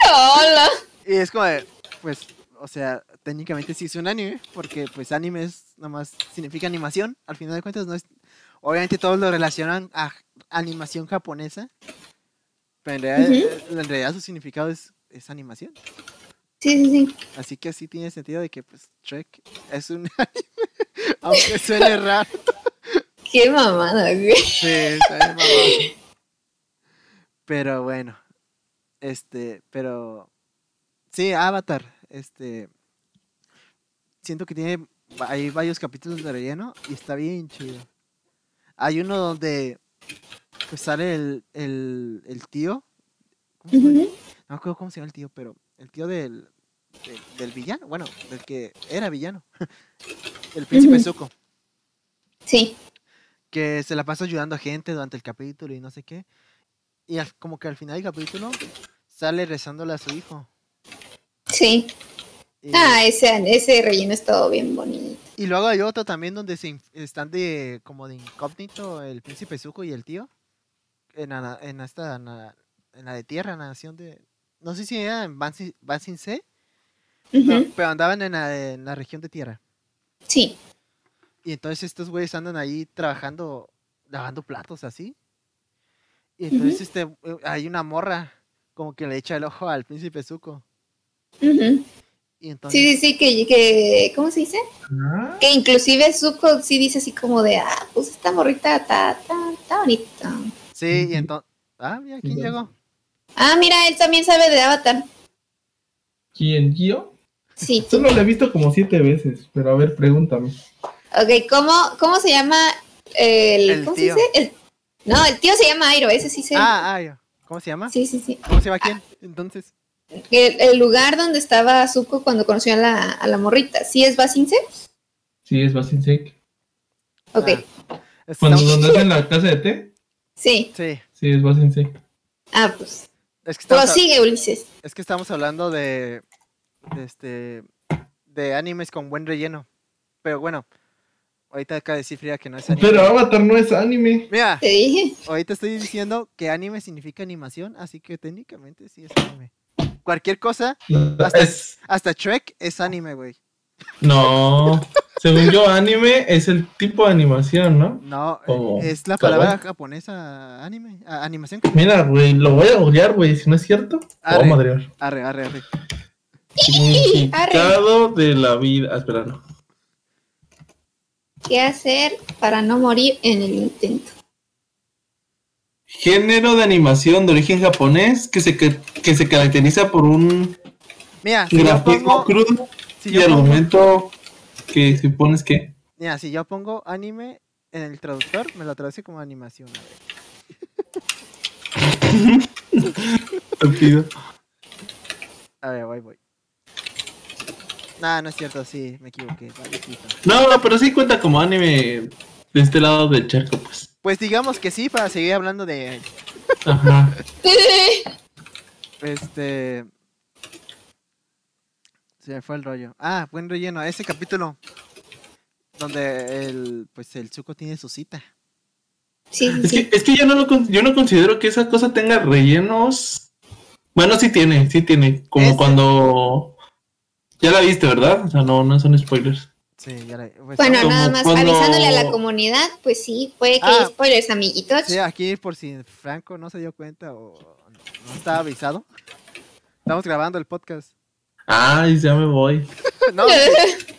B: hola,
A: Y es como de, pues, o sea, técnicamente sí es un anime, porque pues anime es nomás significa animación, al final de cuentas no es. Obviamente todos lo relacionan a j- animación japonesa, pero en realidad, eh, en realidad su significado es, es animación.
B: sí, sí, sí.
A: Así que sí tiene sentido de que pues Trek es un anime, aunque suene raro.
B: Qué mamada, güey.
A: Sí, está bien mamón. Pero bueno, este, pero sí, Avatar, este, siento que tiene va- hay varios capítulos de relleno y está bien chido. Hay uno donde pues sale el, el, el tío, ¿cómo se llama?
B: Ujú.
A: no me acuerdo cómo se llama el tío, pero el tío del, del, del villano, bueno, del que era villano, el príncipe
B: Ujú.
A: Zuko
B: Sí.
A: que se la pasa ayudando a gente durante el capítulo y no sé qué. Y al- como que al final del capítulo sale rezándole a su hijo.
B: Sí.
A: Y,
B: Ah, ese, ese relleno ha estado bien bonito.
A: y luego hay otro también donde se inf- están de como de incógnito el príncipe Zuko y el tío. En, la- en esta na- en la de tierra, nación de. No sé si era en Bansin C,
B: Ujú,
A: pero andaban en la, de- en la región de tierra.
B: Sí.
A: Y entonces estos güeyes andan ahí trabajando, lavando platos así. Y entonces este, eh, hay una morra como que le echa el ojo al príncipe Zuko.
B: ujú.
A: Y entonces,
B: Sí, sí, sí, que, que, ¿cómo se dice?
C: Ah,
B: Que inclusive Zuko sí dice así como de, ah, pues esta morrita está, está, está bonita.
A: sí, y
C: Ujú.
A: entonces... Ah, mira, ¿quién
C: Entonces-
A: llegó?
B: Ah, mira, él también sabe de Avatar.
C: ¿Quién, Gio?
B: Sí.
C: Solo lo he visto como siete veces, pero a ver, pregúntame.
B: Ok, ¿cómo, cómo se llama el,
A: El
B: ¿cómo
A: tío.
B: se dice? El- no, el tío se llama Airo, ese sí se...
A: Ah, ah, ya. ¿Cómo se llama?
B: Sí, Ah. sí, sí.
A: ¿Cómo se llama quién? Entonces,
B: El, el lugar donde estaba Zuko cuando conoció a la, a la morrita. ¿Sí es Basinse?
C: Sí, es Basinsek.
B: Ok,
A: Ah. es-
C: Cuando
A: estamos-
C: donde hacen la clase de té,
B: sí.
A: sí,
C: sí, es Basinsek.
B: Ah, pues.
A: es que, estamos, hab-
B: Prosigue, Ulises.
A: es que estamos hablando de, de este de animes con buen relleno. Pero bueno, ahorita acaba de decir Frida que no es anime.
C: Pero Avatar no es anime.
A: Mira,
B: Te dije.
A: Ahorita estoy diciendo que anime significa animación, así que técnicamente sí es anime. Cualquier cosa, Hasta-
C: Es-
A: hasta Shrek es anime, güey.
C: No. Según yo, anime es el tipo de animación, ¿no?
A: No, eh,
C: Oh,
A: es la
C: caray.
A: palabra japonesa anime, a- animación.
C: Mira, güey, lo voy a googlear, güey, si no es cierto.
A: Arre.
C: Oh, madre.
A: Arre, arre, arre.
C: Significado de la vida. Ah, espera, no.
B: ¿Qué hacer para no morir en el intento?
C: Género de animación de origen japonés que se, ca- que se caracteriza por un
A: Mira, si yo
C: grafismo
A: pongo,
C: crudo
A: si
C: y
A: yo pongo-
C: argumento que supones que.
A: mira, si yo pongo anime en el traductor, me lo traduce como animación. a ver.
C: Estúpido.
A: A ver, voy, voy. Nah, no es cierto, sí, me equivoqué. vale, pito.
C: No, no, pero sí cuenta como anime de este lado del charco, pues.
A: Pues digamos que sí, para seguir hablando de
C: Ajá.
A: Este. Se me fue el rollo. Ah, buen relleno. Ese capítulo. Donde el. Pues el Zuko tiene su cita.
B: Sí, sí,
C: Es que,
B: sí.
C: es que yo, no lo, con- yo no considero que esa cosa tenga rellenos. Bueno, sí tiene, sí tiene. Como
A: Ese.
C: cuando. Ya la viste, ¿verdad? O sea, no, no son spoilers.
A: Sí, ya la- pues,
B: Bueno,
C: Como
B: nada más
C: cuando-
B: avisándole a la comunidad, pues sí, puede que
A: Ah.
B: hay spoilers, amiguitos.
A: sí, aquí por si Franco no se dio cuenta o no, no estaba avisado. Estamos grabando el podcast.
C: Ay, ya me voy.
A: no, si,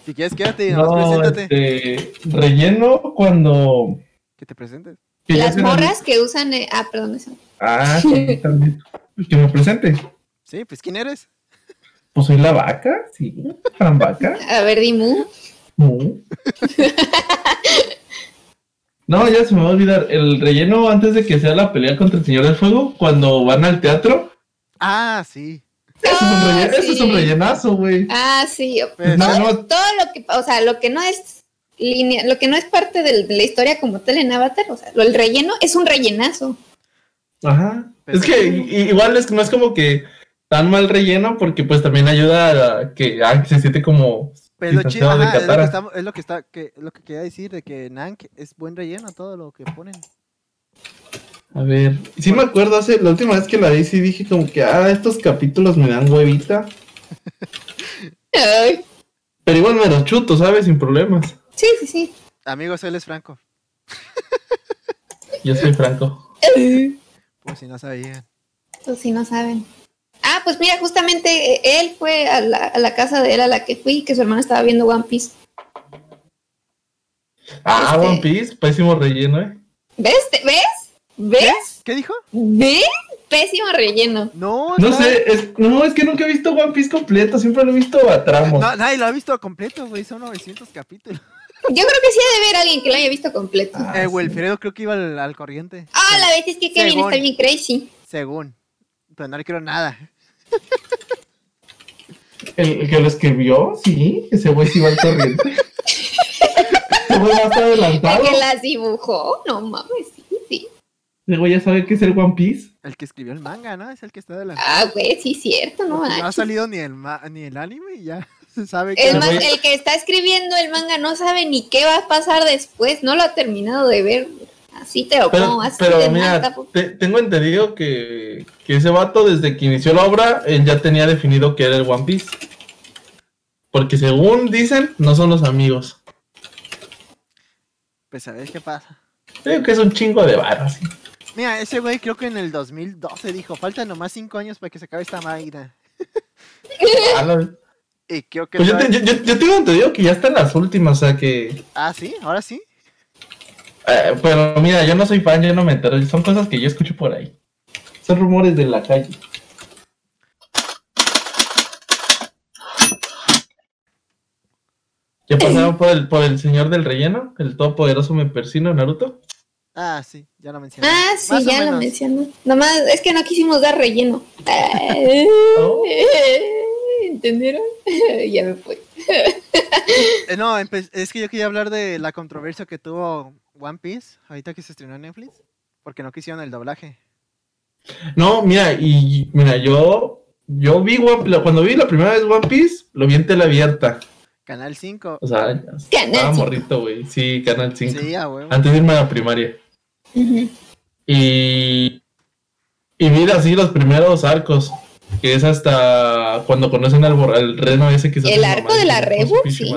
A: si quieres quédate y nomás preséntate.
C: este, relleno cuando.
A: Que te presentes.
C: que ya
B: Las
C: se-
B: morras que usan. eh, ah, perdón, eso.
C: Ah, sí, también. Que me presente.
A: Sí, pues ¿quién eres?
C: Pues soy la vaca, sí. Fran vaca.
B: A ver, Dimu.
C: No. No, ya se me va a olvidar. El relleno antes de que sea la pelea contra el Señor del Fuego, cuando van al teatro.
A: Ah, sí.
C: Eso es un,
B: Ah,
C: relle- eso es un
B: sí.
C: rellenazo, güey.
B: Ah, sí.
A: Pues,
C: No,
A: ah,
C: no,
B: Todo lo que, o sea, lo que no es línea, lo que no es parte del- de la historia como tal en Avatar, o sea, lo, el relleno es un rellenazo.
C: Ajá.
A: Pero-
C: es que i- igual es, no es como que tan mal relleno, porque pues también ayuda a que Aang se siente como.
A: Pues lo chido,
C: Distanciado de
A: ajá, es lo que
C: Katara.
A: estamos- es lo que está, que, lo que quería decir de que Nank es buen relleno todo lo que ponen.
C: A ver. Sí me acuerdo hace la última vez que la vi, sí dije como que, ah, estos capítulos me dan huevita.
B: Ay,
C: Pero igual me los chuto, ¿sabes? Sin problemas.
B: sí, sí, sí.
A: Amigos, él es Franco.
C: Yo soy Franco.
A: Por si no sabían.
B: Pues si no saben. Ah, pues mira, justamente eh, él fue a la, a la casa de él a la que fui, que su hermano estaba viendo One Piece.
C: Ah,
B: Este-
C: One Piece, pésimo relleno, ¿eh?
B: ¿Ves? ¿Te- ¿Ves? ¿Ves?
A: ¿Qué dijo?
B: ¿Ves? Pésimo relleno.
A: No,
C: No
A: estaba-
C: sé, es, no, es que nunca he visto One Piece completo, siempre lo he visto a tramos.
A: No, nadie lo ha visto completo, güey. Son 900 capítulos.
B: Yo creo que sí ha de haber alguien que lo haya visto completo.
C: Ah,
A: eh,
C: sí.
A: Wilfredo creo que iba al, al corriente.
B: Ah, la vez es que Kevin
A: Según.
B: está bien crazy.
A: Según. Pero no le creo nada.
C: El, el que lo escribió, sí, ese güey sí va al corriente. ese güey va hasta adelantado.
B: El que las dibujó, no mames, sí, sí.
C: Luego ya sabe qué es el One Piece.
A: El que escribió el manga, ¿no? Es el que está adelante.
B: Ah, güey, sí, cierto, no
A: Porque no ha
B: manches.
A: salido ni el, ma- ni el anime y ya se sabe que...
B: Es
C: Pero
B: más,
C: güey-
B: el que está escribiendo el manga no sabe ni qué va a pasar después, no lo ha terminado de ver. Así te lo
C: Pero,
B: pongo, así
C: pero
B: de pues.
C: mira,
B: mata, po.
C: te- tengo entendido que, que ese vato, desde que inició la obra, él ya tenía definido que era el One Piece. Porque según dicen, no son los amigos.
A: Pues a ver qué pasa.
C: Creo que es un chingo de barras.
A: Mira, ese güey creo que en el 2012 dijo, faltan nomás 5 años para que se acabe esta máquina. Y creo Ah, que...
C: Pues yo, te-
A: todavía-
C: yo, yo- yo tengo entendido que ya están las últimas, o sea que.
A: Ah, sí, ahora sí.
C: eh, pero mira, yo no soy fan, yo no me entero. Son cosas que yo escucho por ahí. Son rumores de la calle. ¿Ya pasaron por el, por el señor del relleno? El todopoderoso me persino, Naruto.
A: Ah, sí, ya lo mencioné.
B: Ah, sí,
A: Más o
B: ya lo
A: menos.
B: mencionó. Nomás, es que no quisimos dar relleno. Ah,
C: Oh.
B: ¿Entendieron? ya me fui.
A: Eh, no, empe- es que yo quería hablar de la controversia que tuvo One Piece ahorita que se estrenó en Netflix. Porque no quisieron el doblaje.
C: No, mira, y mira, yo. Yo vi One Piece- cuando vi la primera vez One Piece, lo vi en tela abierta.
A: Canal 5.
C: O sea, ya estaba
B: cinco.
C: morrito, güey. Sí, Canal 5.
A: Sí, a huevo.
C: Antes de irme a la primaria. Pues
B: Ujú.
C: Y. Y mira así los primeros arcos. Que es hasta cuando conocen al, bor- al reno ese que se
B: ¿El
C: hace
B: arco de la
C: mamadísimo con
B: Rebu?
C: su pinche
B: Sí.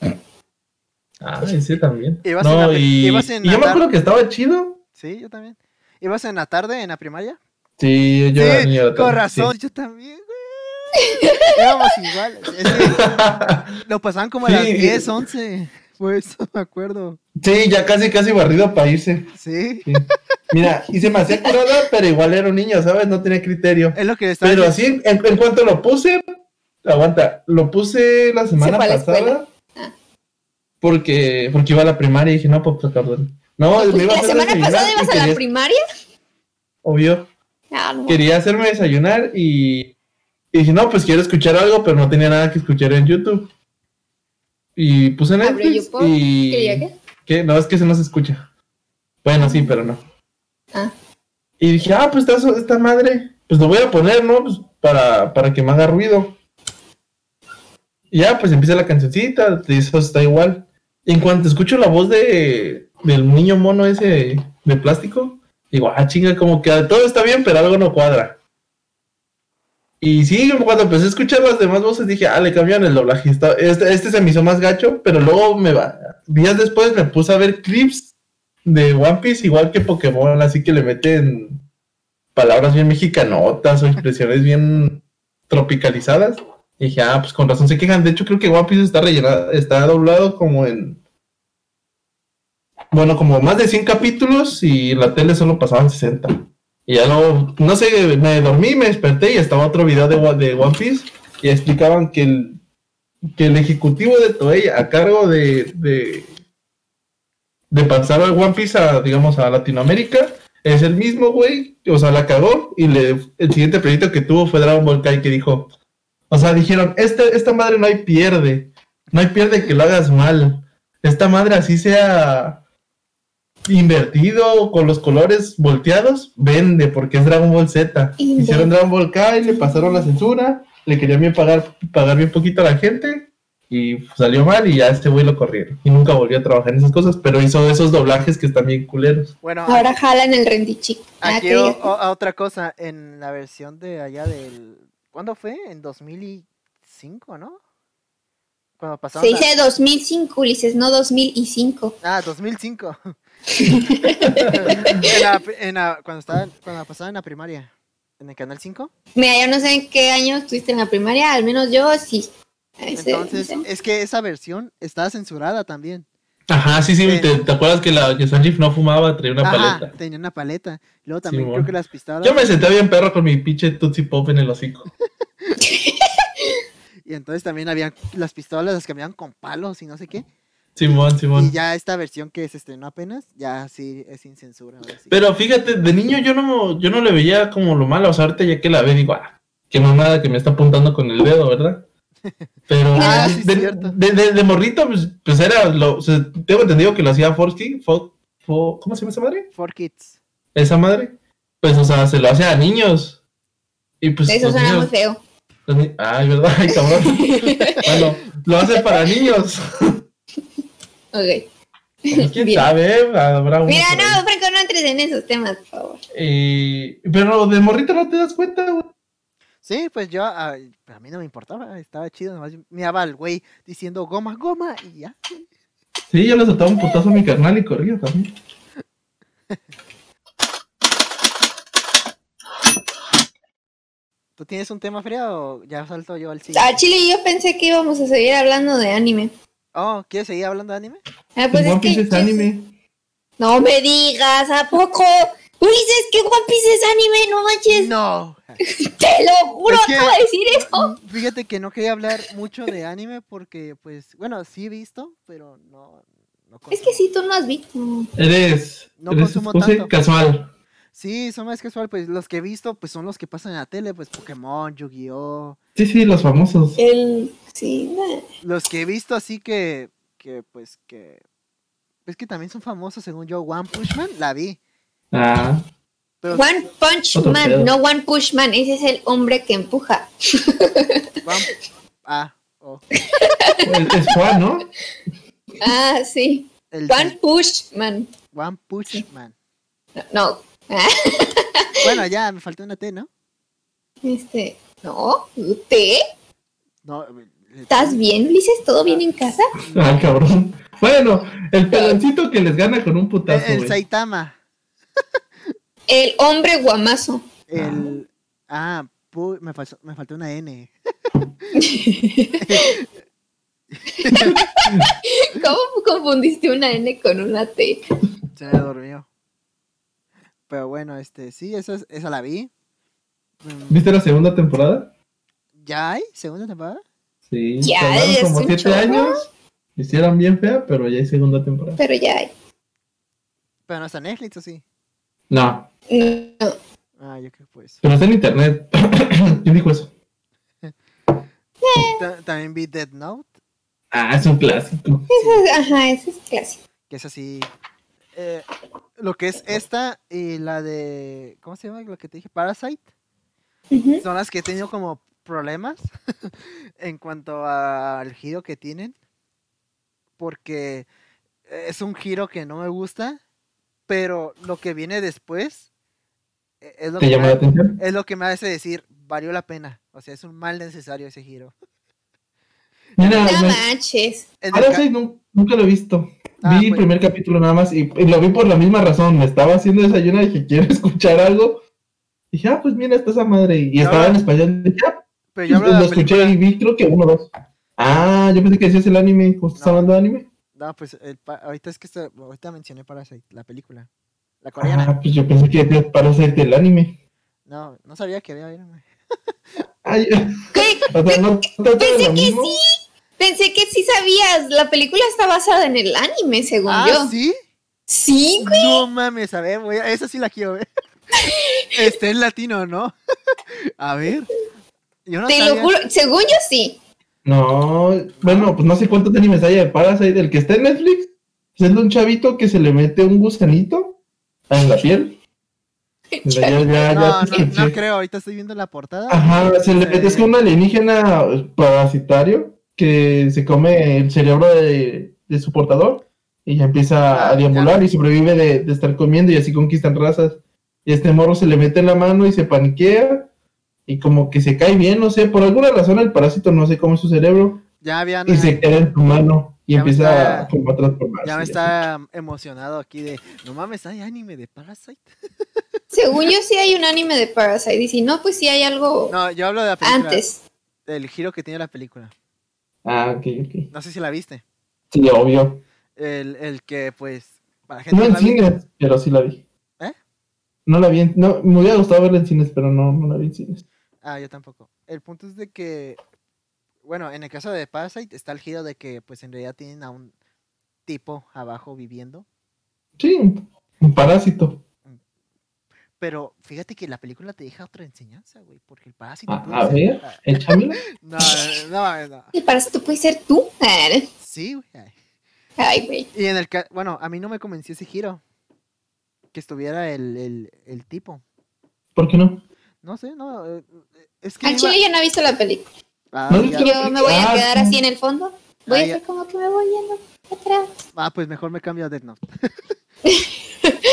C: madre. Ah, ese también.
A: Ibas en
C: no,
A: la-
C: y,
A: ibas en
C: y yo me
A: andar-
C: acuerdo que estaba chido.
A: Sí, yo también. ¿Ibas en la tarde, en la primaria?
C: Sí, yo era
A: sí,
C: niño,
A: con
C: también,
A: razón,
C: sí.
A: yo también, güey. Éramos iguales. Es que lo pasaban como a las
C: Sí.
A: 10, 11. Por eso me acuerdo.
C: Sí, ya casi, casi barrido para irse.
A: Sí,
C: Mira, y se me hacía curada, pero igual era un niño, ¿sabes? No tenía criterio.
A: es lo que estaba
C: Pero
A: diciendo.
C: así, en, en cuanto lo puse, aguanta, lo puse la semana
B: fue a la
C: pasada. Ah.
B: escuela.
C: Porque, porque iba a la primaria y dije, no, pues perdón. No, me iba a
B: ¿La
C: hacer
B: semana
C: desayunar
B: pasada
C: y
B: ibas a
C: quería-
B: la primaria?
C: Obvio.
B: Ah, no.
C: Quería hacerme desayunar y, y dije, no, pues quiero escuchar algo, pero no tenía nada que escuchar en YouTube. Y puse
B: Abre
C: Netflix
B: YouPorn,
C: y...
B: ¿Quería qué?
C: ¿Qué? No, es que se no se escucha. Bueno, sí, pero no.
B: Ah.
C: Y dije, ah, pues esta, esta madre, pues lo voy a poner, ¿no? Pues para, para que me haga ruido. Y ya, pues empieza la cancioncita, te dice, "Eso está igual. Y en cuanto escucho la voz de, del niño mono ese de plástico, digo, ah, chinga, como que todo está bien, pero algo no cuadra. Y sí, cuando empecé a escuchar las demás voces, dije, ah, le cambiaron el doblaje. está- este, este se me hizo más gacho, pero luego me va. Días después me puse a ver clips de One Piece, igual que Pokémon, así que le meten palabras bien mexicanotas o expresiones bien tropicalizadas. Y dije, ah, pues con razón se quejan. De hecho, creo que One Piece está rellenado, está doblado como en. Bueno, como más de 100 capítulos y en la tele solo pasaban 60. Y ya no, no sé, me dormí, me desperté y estaba otro video de, Wa- de One Piece y explicaban que el, que el ejecutivo de Toei a cargo de, de, de pasar al One Piece a, digamos, a Latinoamérica es el mismo, güey. O sea, la cagó y le, el siguiente proyecto que tuvo fue Dragon Ball Kai que dijo, o sea, dijeron, este, esta madre no hay pierde, no hay pierde que lo hagas mal. Esta madre así sea invertido con los colores volteados, vende porque es Dragon Ball Z.
B: Invertido.
C: Hicieron Dragon Ball Kai, le pasaron la censura, le querían bien pagar, pagar bien poquito a la gente y salió mal y ya este güey lo corrieron y nunca volvió a trabajar en esas cosas, pero hizo esos doblajes que están bien culeros.
A: Bueno,
B: Ahora jalan el rendichic. Ah,
A: Ah. Aquí
B: que
A: o-
B: digas.
A: o- a otra cosa, en la versión de allá del... ¿Cuándo fue? En 2005, ¿no? Cuando
B: Se
A: pasaron... la-
B: dice 2005, Ulises, no 2005.
A: Ah, 2005. en la, en la- cuando, estaba, cuando pasaba en la primaria, en el Canal 5.
B: Mira, yo no sé en qué año estuviste en la primaria, al menos yo sí. Ese-
A: Entonces,
B: ese-
A: es que esa versión estaba censurada también.
C: Ajá, sí, sí,
A: Sí.
C: Te, te acuerdas que, la, que Sanjif no fumaba, traía una
A: Ajá,
C: paleta?
A: tenía una paleta. Luego también
C: Simón.
A: creo que las pistolas.
C: Yo me senté bien perro con mi pinche Tootsie Pop en el hocico.
A: Y entonces también había las pistolas, las cambiaban con palos y no sé qué.
C: Simón, Simón.
A: Y ya esta versión que se estrenó apenas, ya sí es sin censura. ahora sí.
C: Pero fíjate, de niño yo no, yo no le veía como lo malo, o sea, ahorita ya que la ve digo, ah, qué mamada que me está apuntando con el dedo, ¿verdad? Pero
A: Ah,
C: de,
A: sí,
C: de-
A: cierto.
C: de- de- de morrito, pues, pues era, lo, o sea, tengo entendido que lo hacía Foxy, Fo- for- ¿Cómo se llama esa madre?
A: For Kids.
C: Esa madre. Pues, o sea, se lo hace a niños. Y pues.
B: Eso
C: los
B: suena muy
C: niños-
B: feo.
C: los ni- Ay, ¿verdad? Ay, cabrón. bueno, lo hace para niños.
B: Ok.
C: ¿Quién
B: Bien.
C: sabe? eh? Habrá uno
B: Mira,
C: por ahí.
B: no, Franco, no entres en esos temas, por favor.
C: Eh, pero de morrito no te das cuenta, güey.
A: Sí, pues yo, ah, a mí no me importaba, estaba chido, nomás miraba al güey diciendo goma, goma, y ya.
C: Sí, yo le soltaba un putazo a mi carnal y corría también.
A: ¿Tú tienes un tema frío o ya salto yo al
B: A
A: siguiente?
B: Ah, Chile yo pensé que íbamos a seguir hablando de anime.
A: Oh, ¿quieres seguir hablando de anime?
B: Ah,
C: Pues
B: pues
C: One
B: es
C: Piece
B: que
C: es anime.
B: No me digas, ¿a poco? Ulises, que One Piece es anime, no manches.
A: No.
C: Mm.
B: Te lo juro,
A: Es que-
B: acabo de decir eso.
A: Fíjate que no quería hablar mucho de anime porque, pues, bueno, sí he visto, pero no. no
B: Es
A: consumo.
B: que sí, tú no has visto.
C: Eres.
A: No
C: eres
A: consumo
C: puse
A: tanto.
C: casual.
A: Sí, son más casual, pues los que he visto, pues son los que pasan en la tele, pues Pokémon, Yu-Gi-Oh!
C: Sí, sí, los famosos.
B: El. Sí, nah.
A: Los que he visto así que, que pues que... Es que también son famosos, según yo, One Punch Man, la vi.
C: Ah.
A: Pero
B: One Punch
C: Otro
B: Man,
C: pedo.
B: no One Push Man. Ese es el hombre que empuja.
A: One- Ah, oh,
C: Es, es Juan, ¿no?
B: Ah, sí.
A: el de
B: One Push Man.
A: One Punch Man.
B: No,
A: Bueno, ya, me faltó una T, ¿no?
B: este. No, ¿te?
A: No, eh, el-
B: ¿Estás bien, Ulises? ¿Todo bien en casa?
C: Ay, cabrón. Bueno, el peloncito que les gana con un
A: el,
C: putazo.
A: Eh, el
C: güey.
A: Saitama.
B: El hombre guamazo.
A: El... Ah, pu- me, faltó, me faltó una N.
B: ¿Cómo confundiste una N con una T?
A: Se me dormió. Pero bueno, este, sí, esa, es- esa la vi. Mm,
C: ¿Viste la segunda temporada?
A: ¿Ya hay segunda temporada?
C: Sí.
B: Ya,
C: tardaron
B: es
C: como
B: un
C: siete
B: chorro.
C: años. Hicieron bien fea, pero ya hay segunda temporada.
B: Pero ya hay.
A: Pero no está en Netflix, ¿o sí?
C: No,
B: No,
A: Ah, yo qué pues.
C: pero está en internet. ¿Quién dijo eso?
A: Ta- También vi Dead Note,
C: Ah, es un clásico.
B: ajá, ese es clásico.
A: que es así. eh, lo que es esta y la de. ¿Cómo se llama? Lo que te dije, Parasite.
B: Ujú.
A: Son las que he tenido como problemas en cuanto a- al giro que tienen. Porque es un giro que no me gusta, pero lo que viene después eh, es lo
C: ¿Te
A: que
C: llamó
A: me-
C: la atención?
A: es lo que me hace decir, valió la pena. O sea, es un mal necesario ese giro.
C: Mira,
B: No
C: me-
B: manches.
A: En el
C: ahora
A: ca-
C: Ah, sí, nu- nunca lo he visto.
A: Ah,
C: vi el
A: pues.
C: primer capítulo nada más y, y lo vi por la misma razón. Me estaba haciendo desayuno y dije, quiero escuchar algo. Dije, ah, pues mira, está esa madre. Y
A: Ya
C: estaba
A: habla-
C: en español. Dije, ah,
A: Pero yo hablo de
C: lo
A: la
C: escuché
A: película-
C: y vi, creo que uno o dos. Ah, yo pensé que decías el anime. ¿Cómo estás
A: No.
C: hablando de anime?
A: No, pues el pa- ahorita es que está- ahorita mencioné Parasite, la película. La coreana.
C: Ah, pues yo pensé que decías para ser del anime.
A: No, no sabía que había anime.
C: Ay,
B: ¿Qué?
C: o sea, no trata de
B: Pensé
C: lo
B: que
C: mismo.
B: sí. Pensé que sí sabías. La película está basada en el anime, según
A: ¿Ah,
B: yo.
A: sí?
B: Sí, güey.
A: No mames, a ver, voy a- esa sí la quiero ver. Este es latino, ¿no? A ver. Yo no
B: Te lo
A: sabía.
B: juro. Según yo sí.
C: No, bueno, pues no sé cuántos animes hay de Parasite. El que está en Netflix pues es de un chavito que se le mete un gusanito en la piel. Ya, ya, ya,
A: No, no,
C: te escuché.
A: no creo, ahorita estoy viendo la portada.
C: Ajá, se le mete, es que un alienígena parasitario que se come el cerebro de, de su portador y ya empieza
A: Ah,
C: a deambular
A: ya.
C: y sobrevive de, de estar comiendo y así conquistan razas. Y este morro se le mete en la mano y se paniquea y como que se cae bien, no sé, por alguna razón el parásito no se come su cerebro
A: Ya habían.
C: y se queda en tu mano y
A: Ya me
C: empieza
A: está-
C: como a transformarse.
A: Ya me
C: y
A: está emocionado aquí de. No mames, hay anime de Parasite.
B: Según yo sí hay un anime de Parasite. Y si no, pues sí hay algo
A: No, pues, yo hablo de la película.
B: antes.
A: Del giro que tiene la película.
C: así. Ah, ok, ok.
A: No sé si la viste.
C: Sí, obvio.
A: El, el que, pues. Para gente
C: No
A: que
C: en
A: la vi-
C: cines, pero sí la vi.
A: ¿Eh?
C: No la vi, en- no, me hubiera gustado verla en cines, pero no, no la vi en cines.
A: Ah, yo tampoco. El punto es de que, bueno, en el caso de Parasite está el giro de que pues en realidad tienen a un tipo abajo viviendo,
C: Sí, un- un parásito.
A: pero fíjate que la película te deja otra enseñanza, güey, porque el parásito...
C: A,
A: puede
C: a
A: ser-
C: ver,
A: ah,
C: échamela.
A: No, no, no, mames, no.
B: El parásito puede ser tú. Ah,
A: Sí, güey. ay.
B: Ay, güey.
A: Y en el caso, bueno, a mí no me convenció ese giro, que estuviera el, el, el tipo.
C: ¿Por qué no?
A: No sé, no. eh, Es que.
B: Al
A: iba-
B: chile yo no he visto la película.
A: Ah,
C: No,
A: ya.
C: es que-
B: Yo me voy a
C: Ah,
B: quedar
C: sí.
B: así en el fondo. Voy
A: Ah,
B: a
A: ya.
B: hacer como que me voy yendo atrás.
A: Ah, pues mejor me cambio a Death Note.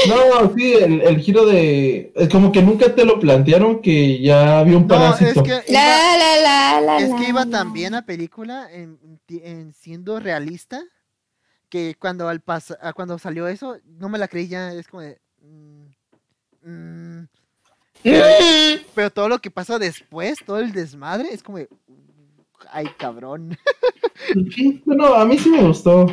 C: No, sí, el, el giro de. es como que nunca te lo plantearon que ya había un
A: No, es
C: parásito.
A: que. iba-
B: La, la, la, la.
A: Es que
B: la,
A: iba
B: la.
A: tan bien la película en, ti- en siendo realista que cuando al pas- ah, cuando salió eso no me la creí ya es como de, mm, mm,
B: Mm.
A: pero todo lo que pasa después todo el desmadre es como de, ay cabrón
C: Sí, Bueno, a mí sí me gustó.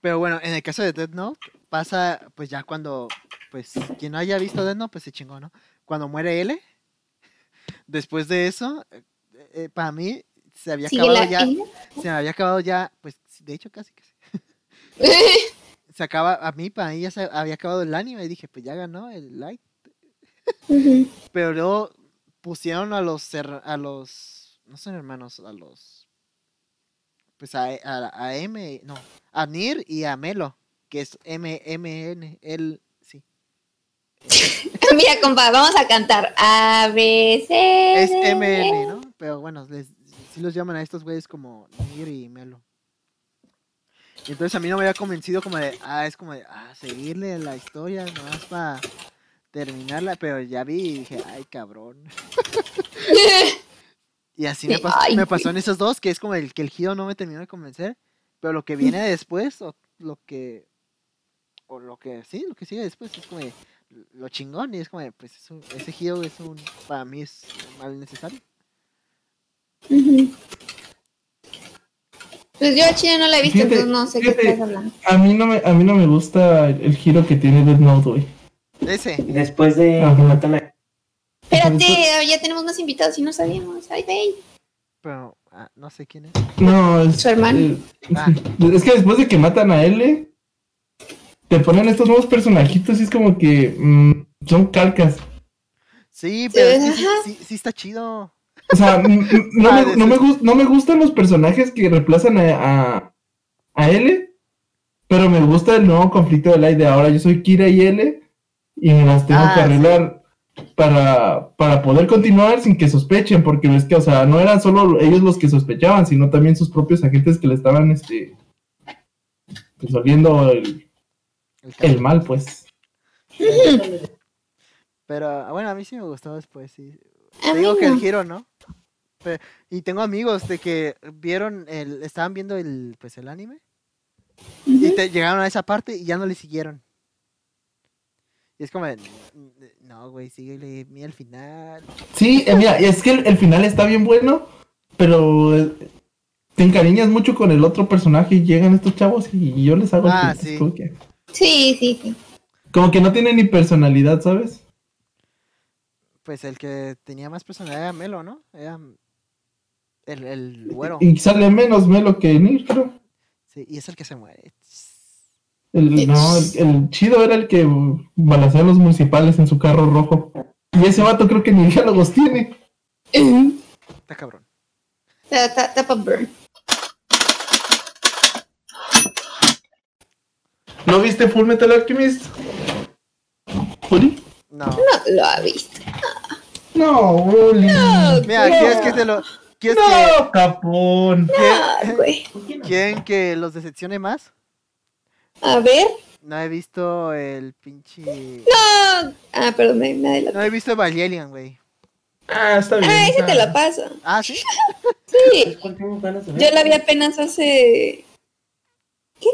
A: pero bueno en el caso de Death Note pasa pues ya cuando pues quien no haya visto Death Note pues se chingó no cuando muere L después de eso eh, eh, para mí se había
B: Sigue la
A: acabado ya
B: L.
A: se me había acabado ya pues de hecho casi casi se acaba, a mí, para mí ya se había acabado el anime y dije, pues ya ganó el like.
B: Ujú.
A: Pero luego pusieron a los, her- a los, no son hermanos, a los, pues a, a, a M, no, a Nir y a Melo, que es MMN, él, sí.
B: Mira, compa, vamos a cantar. A, B, C.
A: Es
B: D, E.
A: MN, ¿no? Pero bueno, les, sí los llaman a estos güeyes como Nir y Melo. Y entonces a mí no me había convencido como de, ah, es como de, ah, seguirle la historia nomás para terminarla, pero ya vi y dije, ay, cabrón. y así me
B: Sí,
A: pasó,
B: ay,
A: me
B: güey.
A: pasó en esos dos, que es como el que el giro no me terminó de convencer, pero lo que viene después, o lo que, o lo que, sí, lo que sigue después, es como de, lo chingón, y es como de, pues es un- ese giro es un, para mí es mal necesario.
B: Ujú. Pues yo a Chile no la he visto,
C: Fíjate,
B: entonces no sé qué
C: fíjate.
B: estás hablando.
C: A mí no me, a mí no me gusta el, el giro que tiene Death Note, güey.
A: Ese.
D: Después de
C: Ajá.
D: que matan a...
B: Espérate, oh, ya tenemos más invitados y no sabíamos. Ay, ve.
A: Pero ah, no sé quién es.
C: No, es,
B: Su hermano.
C: eh,
A: Ah.
C: es que después de que matan a L, te ponen estos nuevos personajitos y es como que mm, son calcas.
A: Sí, pero es que sí,
B: ajá.
A: sí- sí está chido.
C: O sea, mm, mm, no,
A: Ah,
C: me,
A: de
C: no, me gus- no me gustan los personajes que reemplazan a, a, a L, pero me gusta el nuevo conflicto de Light de ahora. Yo soy Kira y L y me las tengo
A: Ah,
C: que
A: sí.
C: arreglar para, para poder continuar sin que sospechen, porque ves que, o sea, no eran solo ellos los que sospechaban, sino también sus propios agentes que le estaban este, resolviendo el,
A: El
C: el
A: cabrón.
C: mal, pues.
A: Pero ah, bueno, a mí sí me gustó después. Sí.
B: A
A: Te
B: mí
A: digo que
B: no.
A: el giro, ¿no? Pe- y tengo amigos de que vieron, el, estaban viendo el, pues, el anime y
B: Ujú.
A: te llegaron a esa parte y ya no le siguieron. Y es como, de, no, güey, síguele, mira el final.
C: Sí, eh, mira, es que el, el final está bien bueno, pero eh, te encariñas mucho con el otro personaje y llegan estos chavos y yo les hago el
A: Ah,
C: pito,
A: sí.
C: como que-
B: Sí, sí, sí.
C: Como que no tiene ni personalidad, ¿sabes?
A: Pues el que tenía más personalidad era Melo, ¿no? Era el, el güero.
C: Y sale menos Melo que Nir, creo.
A: Sí, y es el que se muere.
C: El, no, el, el chido era el que balacea a los municipales en su carro rojo. Y ese vato creo que ni diálogos tiene.
B: Ujú.
A: Está cabrón.
B: Ta- ta- Tapa burn.
C: ¿No viste Full Metal Alchemist? ¿Juli?
A: No.
B: No lo ha visto.
C: No, Juli. Ah, No,
A: Mira, ¿quieres que te lo. ¿Quieres
C: capón.
A: que.
B: Ay, Ah, güey.
A: ¿quieren- ¿Quieren que los decepcione más?
B: A ver.
A: No he visto el pinche.
B: No. Ah, perdón, me me adelanté.
A: No he visto Evangelion, güey.
C: Ah, está bien.
B: Ah, ese
C: está
B: te lo paso.
A: Ah, sí.
B: Sí.
D: ¿Cuál tengo ganas de ver?
B: Yo la vi apenas hace. ¿Qué?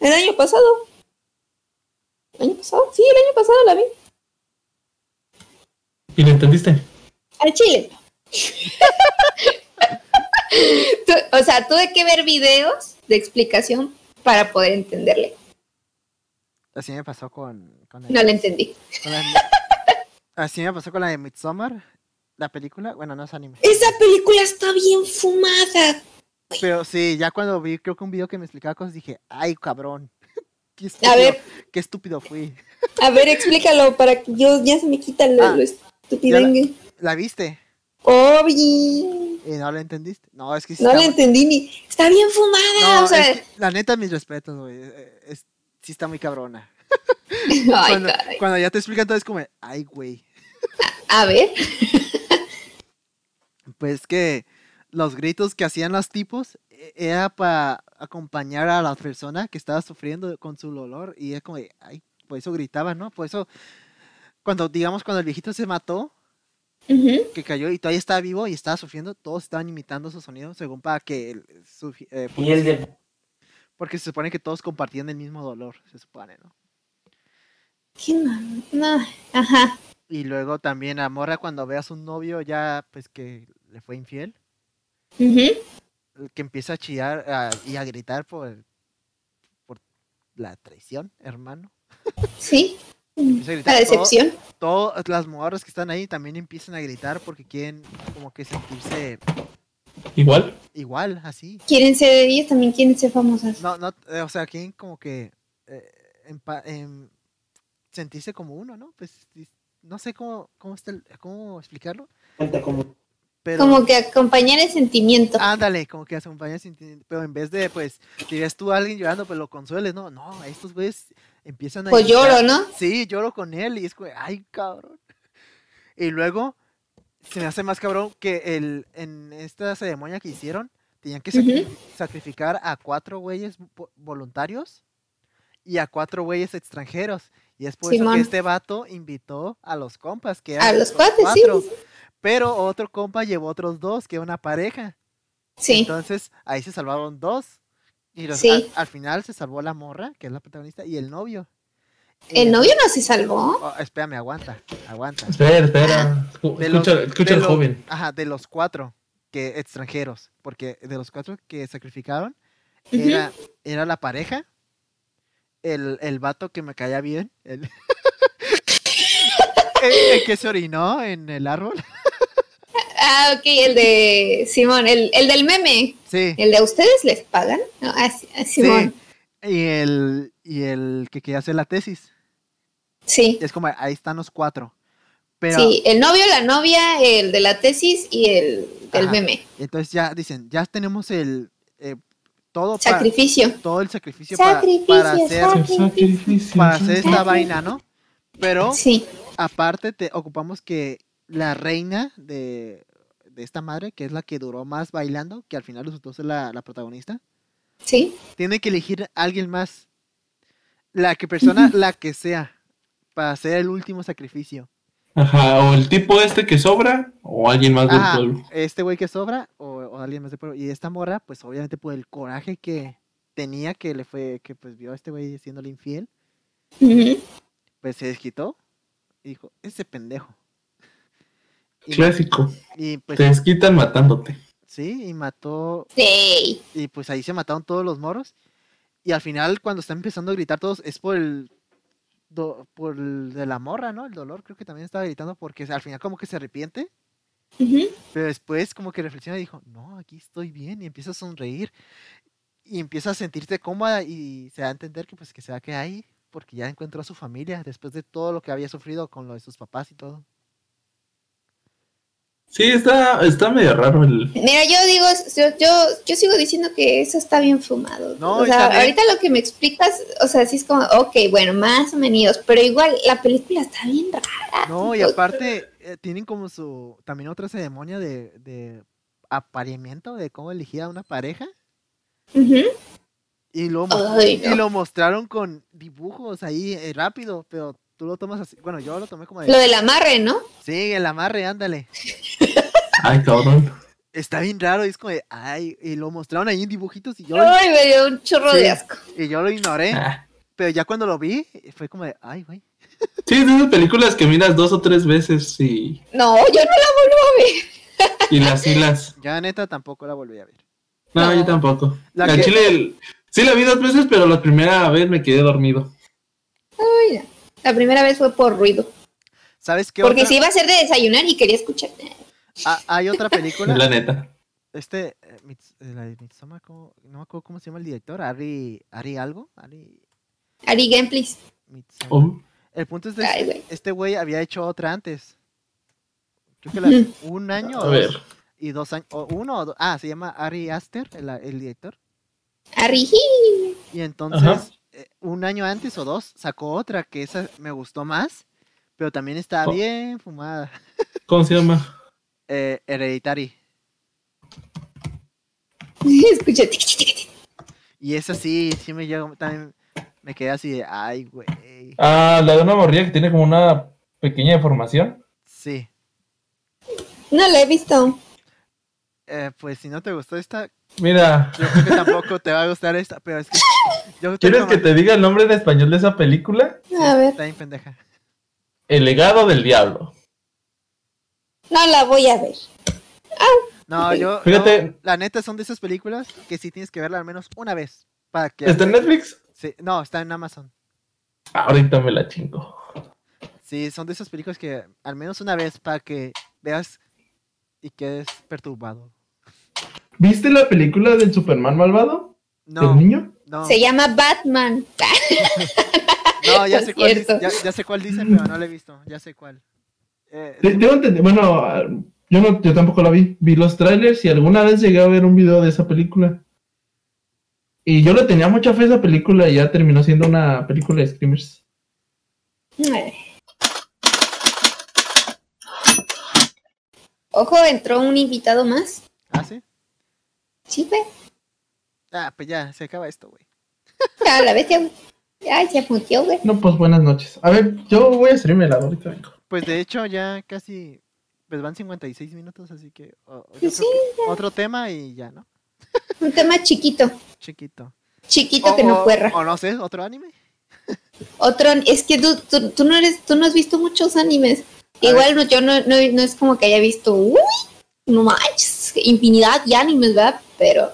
B: El año pasado. ¿El año pasado? Sí, el año pasado la vi.
C: ¿Y lo entendiste?
B: Al chile. Tu- o sea, tuve que ver videos de explicación para poder entenderle.
A: Así me pasó con. con el-
B: No la entendí.
A: con el- así me pasó con la de Midsommar. La película. Bueno, no es anime.
B: Esa película está bien fumada.
A: Pero sí, ya cuando vi, creo que un video que me explicaba cosas, dije, ay, cabrón. Qué estúpido,
B: A ver,
A: qué estúpido fui.
B: a ver, explícalo para que yo ya se me quita lo,
A: Ah,
B: lo estupidengue.
A: ¿La viste?
B: Oye,
A: Y no la entendiste. No, es que sí
B: no la
A: está-
B: entendí ni. Está bien fumada.
A: No,
B: o sea,
A: es que, la neta, mis respetos, güey. eh, es- sí está muy cabrona.
B: Ay,
A: cuando,
B: caray.
A: cuando ya te explican todo es como, ay, güey.
B: A ver.
A: Pues que los gritos que hacían los tipos e- era para acompañar a la persona que estaba sufriendo con su dolor y es como, de, ay, por eso gritaban, ¿no? Por eso, cuando, digamos, cuando el viejito se mató,
B: Ujú.
A: que cayó y todavía estaba vivo y estaba sufriendo, todos estaban imitando su sonido según para que el- su- eh,
D: Y el de.
A: porque se supone que todos compartían el mismo dolor, se supone, ¿no?
B: ¿Qué mam- no, Ajá.
A: Y luego también a Morra cuando ve a su novio ya pues que le fue infiel,
B: Ujú.
A: el que empieza a chillar a- y a gritar por, por la traición, hermano.
B: Sí.
A: Empieza a gritar
B: Para
A: todo-
B: decepción.
A: todas las morras que están ahí también empiezan a gritar porque quieren como que sentirse
C: Igual.
A: igual, así.
B: Quieren ser ellas, también quieren ser famosas.
A: No, no, eh, o sea, quieren como que eh, empa- em, sentirse como uno, ¿no? Pues dis- no sé cómo, cómo, está el- cómo explicarlo,
D: Cuenta como.
A: pero... Ah,
B: Como que acompañar el sentimiento.
A: Ándale, como que acompañas, sin ti- pero en vez de, pues, si ves tú a alguien llorando, pues lo consueles, no, no, estos güeyes empiezan a...
B: pues
A: gritar.
B: lloro, ¿no?
A: Sí, lloro con él y es como, ay, cabrón. Y luego, se me hace más cabrón que el, en esta ceremonia que hicieron, tenían que sacri- sacrificar a cuatro güeyes vo- voluntarios y a cuatro güeyes extranjeros. Y es por eso
B: Simón.
A: que este vato invitó a los compas, que
B: A
A: eran
B: los cuates, sí, sí,
A: Pero otro compa llevó otros dos, que era una pareja.
B: Sí.
A: Entonces, ahí se salvaron dos. Y los-
B: Sí.
A: al, al final se salvó la morra, que es la protagonista, y el novio. Y-
B: El novio no se salvó.
A: Oh, espérame, aguanta, aguanta.
C: Espera, espera. Escu-
A: Ah, De los-
C: Escucha, escucha
A: de
C: al
A: lo-
C: joven.
A: Ajá, de los cuatro que extranjeros, porque de los cuatro que sacrificaron,
B: Ujú.
A: era, era la pareja, el, el vato que me caía bien, el, el- el que se orinó en el árbol.
B: Ah, ok, el de Simón, el, el del meme.
A: Sí,
B: ¿El de a ustedes les pagan? No, a, a Simón.
A: y el, y el que quería hacer la tesis.
B: Sí.
A: Es como, ahí están los cuatro. Pero
B: Sí, el novio, la novia, el de la tesis y el del
A: Ajá.
B: meme.
A: entonces ya dicen, ya tenemos el eh, todo para-
B: Sacrificio.
A: todo el sacrificio, pa-
B: Sacrificio,
A: para hacer
C: Sacrificio.
A: para hacer esta
B: Sacrificio.
A: vaina, ¿no? Pero
B: Sí.
A: aparte te ocupamos que la reina de, de esta madre, que es la que duró más bailando, que al final resultó ser la, la protagonista,
B: Sí.
A: tiene que elegir a alguien más. La que persona, la que sea, para hacer el último sacrificio.
C: Ajá, o el tipo este que sobra, o alguien más del
A: Ajá,
C: pueblo.
A: este güey que sobra o, o alguien más de pueblo. Y esta morra, pues obviamente por el coraje que tenía, que le fue, que pues vio a este güey siéndole infiel,
B: Ujú.
A: pues se desquitó y dijo, ese pendejo. Y,
C: Clásico.
A: y, pues
C: Te desquitan matándote.
A: sí, y mató,
B: Sí.
A: y pues ahí se mataron todos los moros. Y al final cuando están empezando a gritar todos es por el do- por el de la morra, ¿no? El dolor creo que también estaba gritando porque al final como que se arrepiente,
B: Ujú.
A: pero después como que reflexiona y dijo, "No, aquí estoy bien" y empieza a sonreír y empieza a sentirse cómoda y se da a entender que pues que se va a quedar ahí porque ya encontró a su familia después de todo lo que había sufrido con lo de sus papás y todo.
C: Sí, está, está medio raro el.
B: Mira, yo digo, yo, yo, yo sigo diciendo que eso está bien fumado.
A: No,
B: o sea,
A: está bien.
B: ahorita lo que me explicas, o sea, sí es como, ok, bueno, más o menos, pero igual la película está bien rara.
A: No, y
B: Pues,
A: aparte eh, tienen como su también otra ceremonia de, de apareamiento de cómo elegía una pareja
B: ujú.
A: y lo, mos-
B: Ay,
A: y
B: Oh, no.
A: lo mostraron con dibujos ahí eh, rápido, pero tú lo tomas así. Bueno, yo lo tomé como de
B: Lo del amarre, ¿no?
A: sí, el amarre, ándale.
C: Ay, cabrón.
A: Está bien raro, y es como de ay, y lo mostraron ahí en dibujitos y yo lo-
B: Ay, me dio un chorro
A: Sí.
B: de asco.
A: y yo lo ignoré,
C: Ah.
A: pero ya cuando lo vi fue como de ay, güey.
C: Sí, es de esas películas que miras dos o tres veces y,
B: No, yo no la vuelvo a ver.
C: y las hilas.
A: Ya neta tampoco la volví a ver.
C: No,
B: No.
C: yo tampoco.
A: La
C: Al
A: que-
C: chile, el- sí la vi dos veces, pero la primera vez me quedé dormido.
B: Ay, no. La primera vez fue por ruido.
A: ¿Sabes qué?
B: Porque
A: otra?
B: si iba a ser de desayunar y quería escuchar.
A: Ah, hay otra película.
C: La neta.
A: este eh, Mits- eh, la de Midsommar, ¿cómo- no me acuerdo cómo se llama el director, Ari, Ari algo, Ari
B: Ari Gameplays.
A: Midsommar.
C: Oh,
A: El punto es de
B: Ay, güey.
A: este güey había hecho otra antes. Creo que la-
B: Ujú.
A: un año
C: a
A: o
C: ver.
A: dos, y dos años, o uno o dos, ah, se llama Ari Aster, el, el director.
B: Ari.
A: Y entonces eh, un año antes o dos sacó otra que esa me gustó más, pero también estaba
C: Oh.
A: bien fumada.
C: ¿Cómo se llama?
A: Eh, Hereditary.
B: Escucha.
A: Y esa sí, sí me llegó, también me quedé así de, ay, güey.
C: Ah, la de una morrilla que tiene como una pequeña deformación.
A: Sí.
B: No la he visto.
A: Eh, pues si no te gustó esta,
C: Mira,
A: yo creo que tampoco te va a gustar esta, pero es que yo
C: ¿quieres
A: tengo
C: que
A: más-
C: te diga el nombre en español de esa película?
B: A ver.
A: Está bien pendeja.
C: El legado del diablo.
B: No la voy a ver.
A: No, yo,
C: Fíjate.
A: yo- la neta son de esas películas que sí tienes que verla al menos una vez. Para que
C: ¿Está en Netflix?
A: Sí, no, está en Amazon.
C: Ahorita me la chingo.
A: Sí, son de esas películas que al menos una vez para que veas y quedes perturbado.
C: ¿Viste la película del Superman malvado? ¿Del
A: No,
C: niño?
A: no,
B: Se llama Batman.
A: no, ya
B: Es
A: sé, cuál, dice-
B: cierto.
A: ya, ya sé cuál dice, pero no la he visto, ya sé cuál. Eh,
C: Te- tengo entendi- Bueno, ah, yo, no, yo tampoco la vi. Vi los trailers y alguna vez llegué a ver un video de esa película. Y yo le tenía mucha fe a esa película y ya terminó siendo una película de Screamers.
B: Ojo, entró un invitado más.
A: ¿Ah, sí?
B: Sí, güey.
A: Ah, pues ya, se acaba esto, güey.
B: A la bestia, güey. Ay, se mutió, güey.
C: No, pues buenas noches. A ver, yo voy a streamerla ahorita vengo.
A: Pues de hecho ya casi, pues van 56 minutos, así que, o- o
B: Pues
A: yo creo
B: sí,
A: que otro tema y ya, ¿no?
B: un tema chiquito.
A: Chiquito.
B: Chiquito
A: O-
B: que no
A: o-
B: cuerra.
A: O no sé, otro anime.
B: Otro, es que tú, tú- tú no eres, tú no has visto muchos animes.
A: A
B: Igual no, yo no, no, no es como que haya visto, uy, no manches, infinidad de animes, ¿verdad? Pero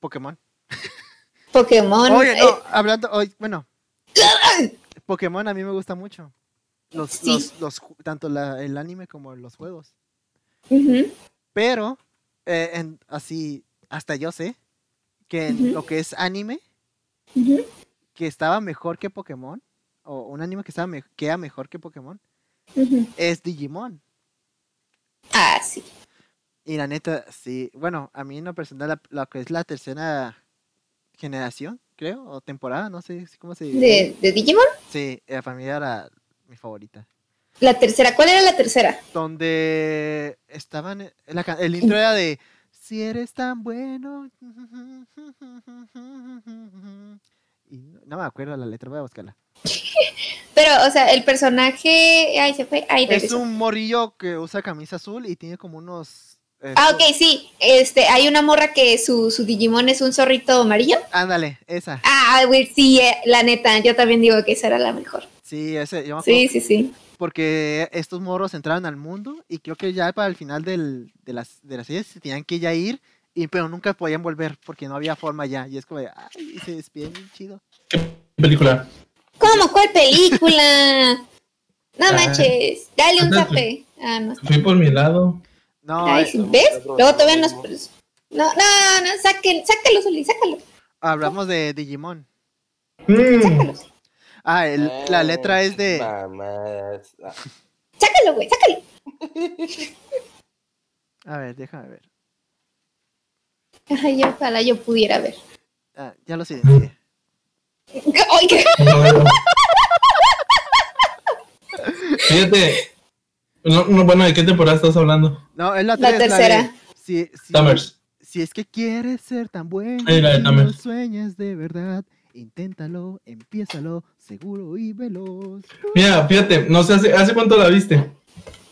A: Pokémon.
B: Pokémon.
A: Oye,
B: eh,
A: no, hablando, hoy, bueno. Pokémon a mí me gusta mucho. Los,
B: Sí.
A: los, los ju- tanto la- el anime como los juegos.
B: ujú.
A: Pero, eh, en- así, hasta yo sé que en
B: Ujú.
A: lo que es anime,
B: Ujú.
A: que estaba mejor que Pokémon, o un anime que estaba me- que era mejor que Pokémon,
B: Ujú.
A: es Digimon.
B: Ah, sí.
A: Y la neta, sí, bueno, a mí en lo personal, la- lo que es la tercera generación, creo, o temporada, no sé cómo se dice.
B: De, de Digimon.
A: Sí, la familia era mi favorita.
B: La tercera. ¿Cuál era la tercera?
A: donde estaban eh, la can- el intro era de si eres tan bueno y no, no me acuerdo la letra voy a buscarla
B: Pero, o sea, el personaje. Ay, se fue. Ay,
A: es
B: regresó.
A: un morrillo que usa camisa azul y tiene como unos eh,
B: Ah,
A: so-
B: ok, sí. Este, hay una morra que su, su Digimon es un zorrito amarillo.
A: ándale esa
B: Ah, güey, sí, eh, la neta, yo también digo que esa era la mejor.
A: sí ese yo me acuerdo
B: Sí, sí, sí.
A: porque estos morros entraron al mundo y creo que ya para el final del, de las de las series se tenían que ya ir y pero nunca podían volver porque no había forma ya y es como de, ay se despiden bien chido
C: Película.
B: ¿Cómo? ¿Cuál película? No
C: Ah.
B: manches, dale un
C: Ándale.
B: zape. Ah, no.
C: Fui por mi lado.
A: no
B: Ay,
A: eh,
B: sí, ¿ves? Luego todavía nos. No, no, no, saquen, sácalo, Soli, sácalo,
A: hablamos de Digimon
C: Mm.
B: sácalo.
A: Ah, el- la letra es de.
D: Mamadas. Ah,
B: Sácalo, güey, sácalo.
A: A ver, déjame ver.
B: Ay, ojalá yo pudiera ver.
A: Ah, ya lo silencié.
B: Oiga,
C: No veo. Fíjate. No, no, bueno, ¿de qué temporada estás hablando?
A: No, es la,
B: La
A: tres,
B: tercera.
A: de, si, si-
C: Summers.
A: si es que quieres ser tan bueno,
C: Ahí la de
A: y
C: Tamer.
A: lo sueñas de verdad, inténtalo, empiézalo, seguro y veloz.
C: Mira, fíjate, no sé, ¿hace, hace cuánto la viste?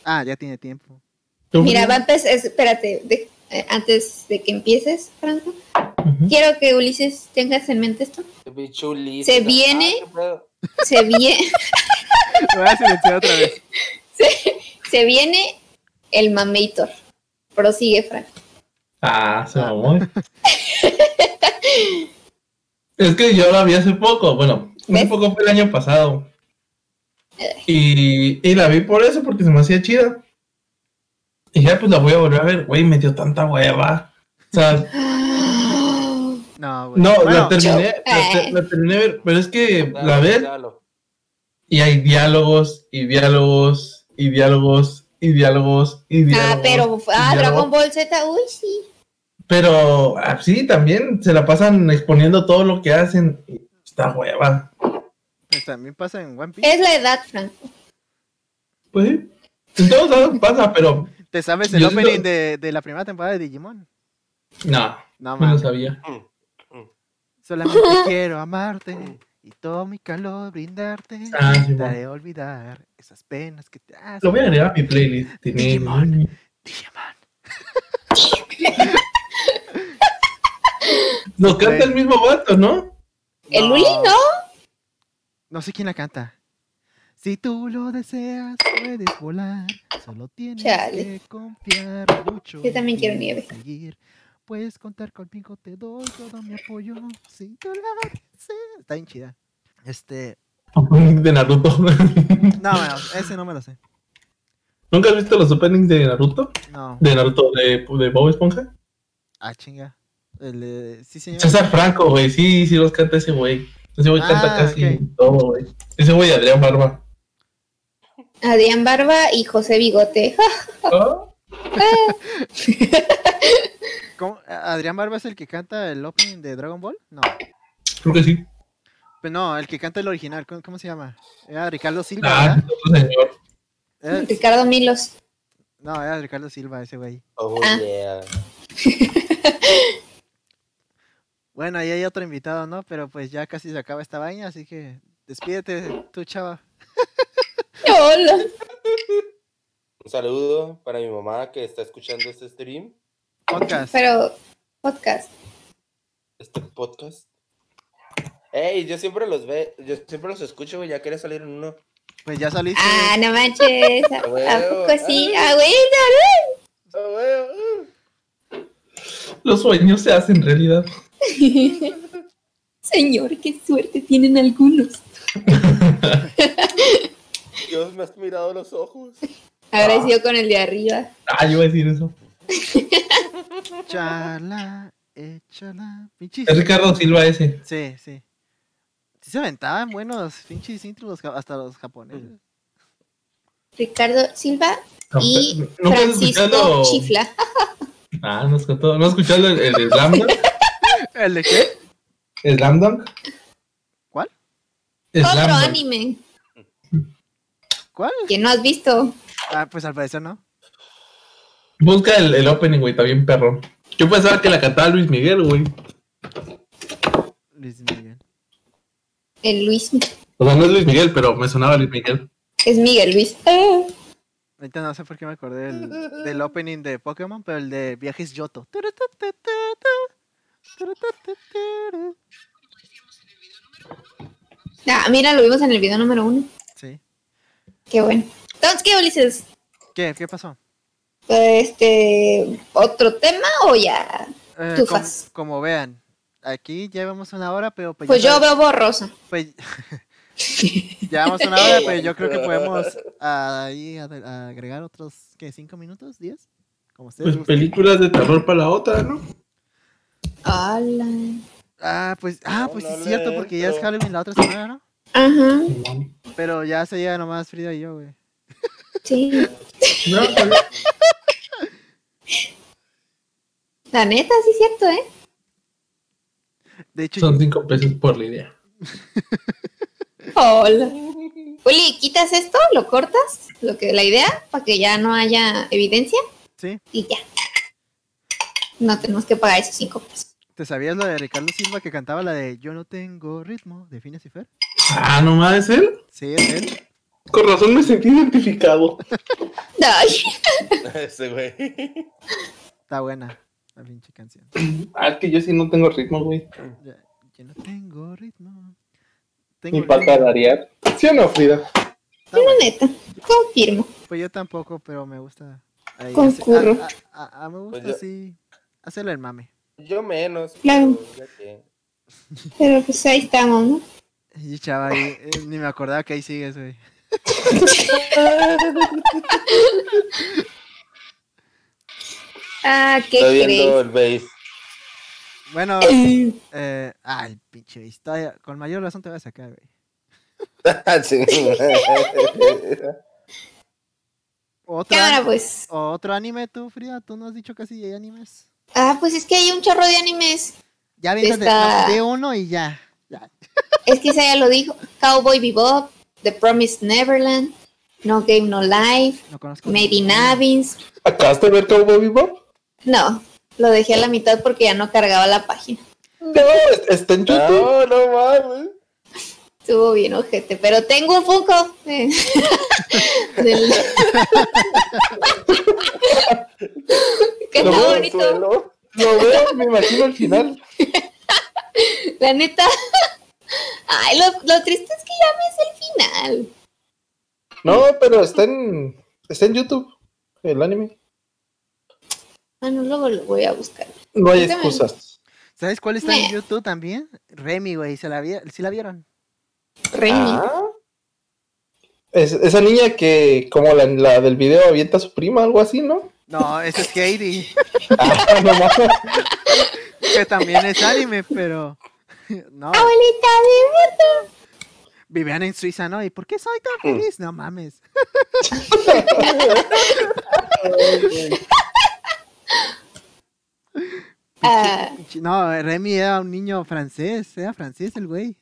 A: Ah, ya tiene tiempo.
C: ¿Tú?
B: Mira, va a empezar, espérate, de- eh, antes de que empieces, Franco,
C: Ujú.
B: quiero que Ulises tengas en mente esto.
D: qué bicho listo.
B: Se viene.
D: Ah, qué pedo.
B: Se, vie-
A: Lo voy a silenciar otra vez.
B: se viene el Mamator. Prosigue, Franco.
C: Ah, se mamó. eh. es que yo la vi hace poco, bueno,
B: ¿Ves?
C: hace poco fue el año pasado. Y, y la vi por eso, porque se me hacía chida. Y ya pues la voy a volver a ver, güey, me dio tanta hueva. O sea,
A: No, güey.
C: no,
A: Bueno,
C: la terminé, la,
B: Eh.
C: te- la terminé de ver, pero es que
D: Dalo,
C: la ves
D: dalo.
C: y hay diálogos y diálogos y diálogos y diálogos y diálogos.
B: Ah, pero ah,
C: y diálogos.
B: Dragon Ball Z, uy, sí.
C: Pero ah, sí, también se la pasan exponiendo todo lo que hacen. Esta hueva.
A: Pues también pasa en One Piece.
B: Es la edad, Franco.
C: Pues sí. En todos lados pasa, pero.
A: ¿Te sabes el
C: yo
A: opening
C: siento-
A: de, de la primera temporada de Digimon?
C: No,
A: No,
C: no lo
A: mames.
C: sabía.
A: Solamente quiero amarte y todo mi calor brindarte.
C: Ah, sí,
A: Intentaré olvidar esas penas que te hacen.
C: Lo voy a agregar a mi playlist. Tiene-
A: Digimon. Digimon.
C: Nos canta el mismo vato, ¿no?
B: El Luli, ¿no?
A: No sé quién la canta. Si tú lo deseas, puedes volar. Solo tienes
B: Chale.
A: que confiar mucho.
B: Yo
A: en
B: también
A: ti
B: quiero
A: y
B: nieve.
A: seguir. Puedes contar conmigo, te doy todo mi apoyo. Sin dudar. Sí. Está bien chida. Este.
C: Opening De Naruto.
A: No, bueno, ese no me lo sé.
C: ¿Nunca has visto los openings de Naruto?
A: No.
C: De Naruto, de, de Bob Esponja.
A: Ah, chinga. El de- Sí, señor.
C: César Franco, güey. Sí, sí, los canta ese güey. Ese güey canta
A: Ah,
C: casi
A: ok.
C: todo, güey. Ese güey, Adrián Barba.
B: Adrián Barba y José Bigote. Ja,
C: Ah,
A: ¿Cómo? ¿Adrián Barba es el que canta el opening de Dragon Ball? No.
C: Creo que sí.
A: Pues no, el que canta el original. ¿Cómo, cómo se llama? Era Ricardo Silva.
C: Ah,
A: ¿verdad?
C: otro señor.
A: Era-
B: Ah, Ricardo Milos.
A: no, era Ricardo Silva ese güey.
D: Oh,
B: Ah.
D: yeah.
A: Bueno, ahí hay otro invitado, ¿no? Pero pues ya casi se acaba esta vaina, así que despídete tú, chava.
B: Hola.
D: Un saludo para mi mamá que está escuchando este stream,
A: Podcast.
B: Pero, podcast.
D: este podcast. Ey, yo siempre los ve, yo siempre los escucho, güey, ya quería salir en uno.
A: Pues ya saliste.
B: Ah, no manches. ¿A, a poco sí? Ah, güey.
D: Ah, güey,
C: Los sueños se hacen realidad.
B: Señor, qué suerte tienen algunos.
D: ah, Dios me has mirado a los ojos.
B: Agradecido con el de arriba.
C: Ah, yo iba a decir eso.
A: Échala, échala. Pinches.
C: Es Ricardo Silva ese.
A: Sí, sí. Sí se aventaban buenos pinches intros los ja- hasta los japoneses.
B: Ricardo Silva y
C: ¿Nunca has
B: Francisco
C: escuchado?
B: Chifla.
C: Ah, no has escuchado, ¿no has escuchado el, el Slam Dunk?
A: ¿El de qué?
C: ¿El Slam Dunk?
A: ¿Cuál?
C: Slam
B: Otro
C: Dunk.
B: anime
A: ¿Cuál?
B: que no has visto.
A: Ah, pues al parecer no.
C: Busca el, el opening, güey, está bien perro. Yo pensaba que la cantaba Luis Miguel, güey.
A: Luis Miguel.
B: El Luis.
C: O sea, no es Luis Miguel, pero me sonaba Luis Miguel.
B: Es Miguel Luis. Ah,
A: Ahorita no sé por qué me acordé del, del opening de Pokémon, pero el de Viajes Yoto.
B: Ah, mira, lo vimos en el video número uno.
A: Sí.
B: Qué bueno. Entonces, ¿qué, Ulises?
A: ¿Qué? ¿Qué pasó?
B: Este, ¿otro tema o ya?
A: Eh,
B: Tú
A: com- como,
B: fas.
A: vean, aquí ya llevamos una hora, pero pues,
B: Pues
A: ya
B: yo
A: sabe-
B: veo borrosa.
A: pues- llevamos una hora, pero yo creo que podemos ahí ad- agregar otros, ¿qué? ¿Cinco minutos? ¿Diez? Como ustedes
C: Pues
A: gusten.
C: películas de terror para la otra, ¿no?
B: Hola.
A: Ah, pues, ah,
D: No,
A: pues
D: no
A: sí es cierto,
D: le
A: porque ya es
D: entro.
A: Halloween la otra semana, ¿no?
B: Ajá.
A: Pero ya se llega nomás Frida y yo, güey.
B: Sí.
C: No, está bien.
B: La neta, sí es cierto, ¿eh?
A: De hecho,
C: son cinco pesos por la idea.
B: Hola. Uli, ¿quitas esto? ¿Lo cortas? Lo que, la idea, para que ya no haya evidencia.
A: sí,
B: Y ya. No tenemos que pagar esos cinco pesos.
A: ¿te sabías lo de Ricardo Silva que cantaba la de Yo no tengo ritmo de Phineas y Fer?
C: Ah, nomás es él.
A: Sí, es él.
C: Con razón me sentí identificado.
B: Ay,
D: Ese güey.
A: Está buena la pinche canción.
C: Ah, es que yo sí no tengo ritmo, güey.
A: Ya- Yo no tengo ritmo. Tengo
C: Ni
A: ritmo.
C: para tararear. ¿Sí o no, Frida?
A: Está buena.
B: la neta. Confirmo.
A: Pues yo tampoco, pero me gusta. Ahí,
B: Concurro.
A: hace- a- a- a- a- me gusta
D: yo-
A: así. Hacerle el mame.
D: Yo menos.
B: Claro.
D: pero ya que-
B: Pero pues ahí estamos, ¿no?
A: Y chava, ahí, eh, ni me acordaba que ahí sigues, güey.
B: Ah, ¿qué
D: Estoy viendo
B: crees?
D: el base.
A: Bueno, eh, ay, pinche historia. Con mayor razón te voy a sacar, güey.
D: Sí.
A: Otra,
B: Cámara, pues.
A: otro anime, tú, Frida. Tú no has dicho casi hay animes.
B: Ah, pues es que hay un chorro de animes.
A: Ya vienes de,
B: Está-
A: de uno y ya. ya.
B: Es que esa ya lo dijo. Cowboy Bebop, The Promised Neverland, No Game No Life,
A: No conozco.
B: Maybe Navins.
C: ¿Acabaste de ver Cowboy Bebop?
B: No, lo dejé a la mitad porque ya no cargaba la página.
C: No, es- está en YouTube.
D: No, no mames.
B: Estuvo bien ojete, pero tengo un Funko. eh, del- que
C: Lo
B: está
C: veo,
B: bonito.
D: Suelo.
C: Lo veo, me imagino al final.
B: La neta. Ay, lo, lo triste es que ya ves el final.
C: No, pero está en, está en YouTube, el anime.
B: Bueno, Ah, luego lo voy a buscar.
C: No hay
B: Cuéntame.
C: excusas.
A: ¿Sabes cuál está en
B: Meh.
A: YouTube también? Remy, güey. ¿Se la vi- ¿Sí la vieron?
B: Remy.
C: Ah. Es- esa niña que, como la, la del video, avienta a su prima, algo así, ¿no?
A: No, esa es Heidi.
C: Ah, no mames.
A: que también es anime, pero.
B: Ah,
A: No,
B: Abuelita, dime
A: vivían en Suiza, ¿no? ¿Y por qué soy tan
B: Mm.
A: feliz? No mames.
B: tú. Ah,
A: No, Remy era un niño francés, era francés el güey.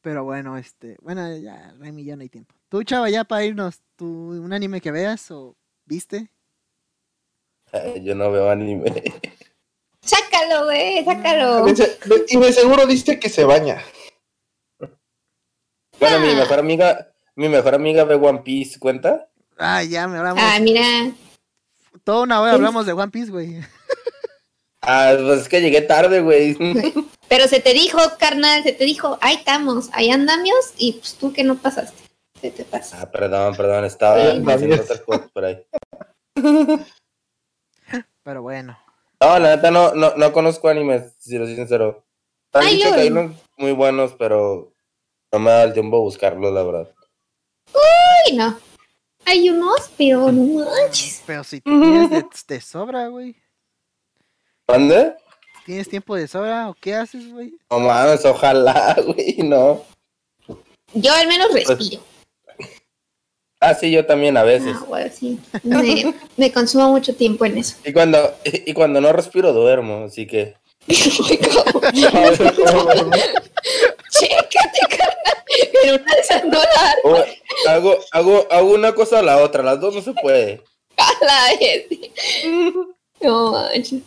A: Pero bueno, este, bueno, ya, Remy, ya no hay tiempo. Tú, chava, ya para irnos, ¿tú, un anime que veas o viste?
D: Ay, yo no veo anime.
B: sácalo, güey,
D: Ah,
B: sácalo.
C: Dice- de- Y de seguro dice que se baña.
D: Bueno, mi
B: Ah.
D: mejor amiga, mi mejor amiga ve One Piece, ¿cuenta?
A: Ah, ya, me hablamos.
B: Ah, mira.
A: Toda una hora hablamos de One Piece, güey.
D: Ah, pues es que llegué tarde, güey.
B: Pero se te dijo, carnal, se te dijo, ahí estamos, ahí andamos, y pues tú que no pasaste. Se te pasa.
D: Ah, perdón, perdón, estaba
C: Ay,
D: haciendo
C: Dios.
D: otras cosas por ahí.
A: Pero bueno.
D: No, la neta no, no, no conozco animes, si lo soy sincero. Han
B: Ay,
D: dicho que hay
B: Lord.
D: unos muy buenos, pero no me da el tiempo de buscarlos, la verdad.
B: Ay, no. Hay unos, pero no manches.
A: Pero si tienes de, de sobra, güey.
D: ¿Dónde?
A: ¿Tienes tiempo de sobra o qué haces, güey?
D: No mames, ojalá, güey, no.
B: Yo al menos respiro.
D: Ah, sí, yo también a veces.
B: Ah, güey, sí. Me, me consumo mucho tiempo en eso.
D: Y cuando, y cuando no respiro, duermo, así que.
B: Chécate, carnal. Pero una desandora
D: O hago, hago, hago una cosa a la otra, las dos no se puede.
B: a la vez. No manches.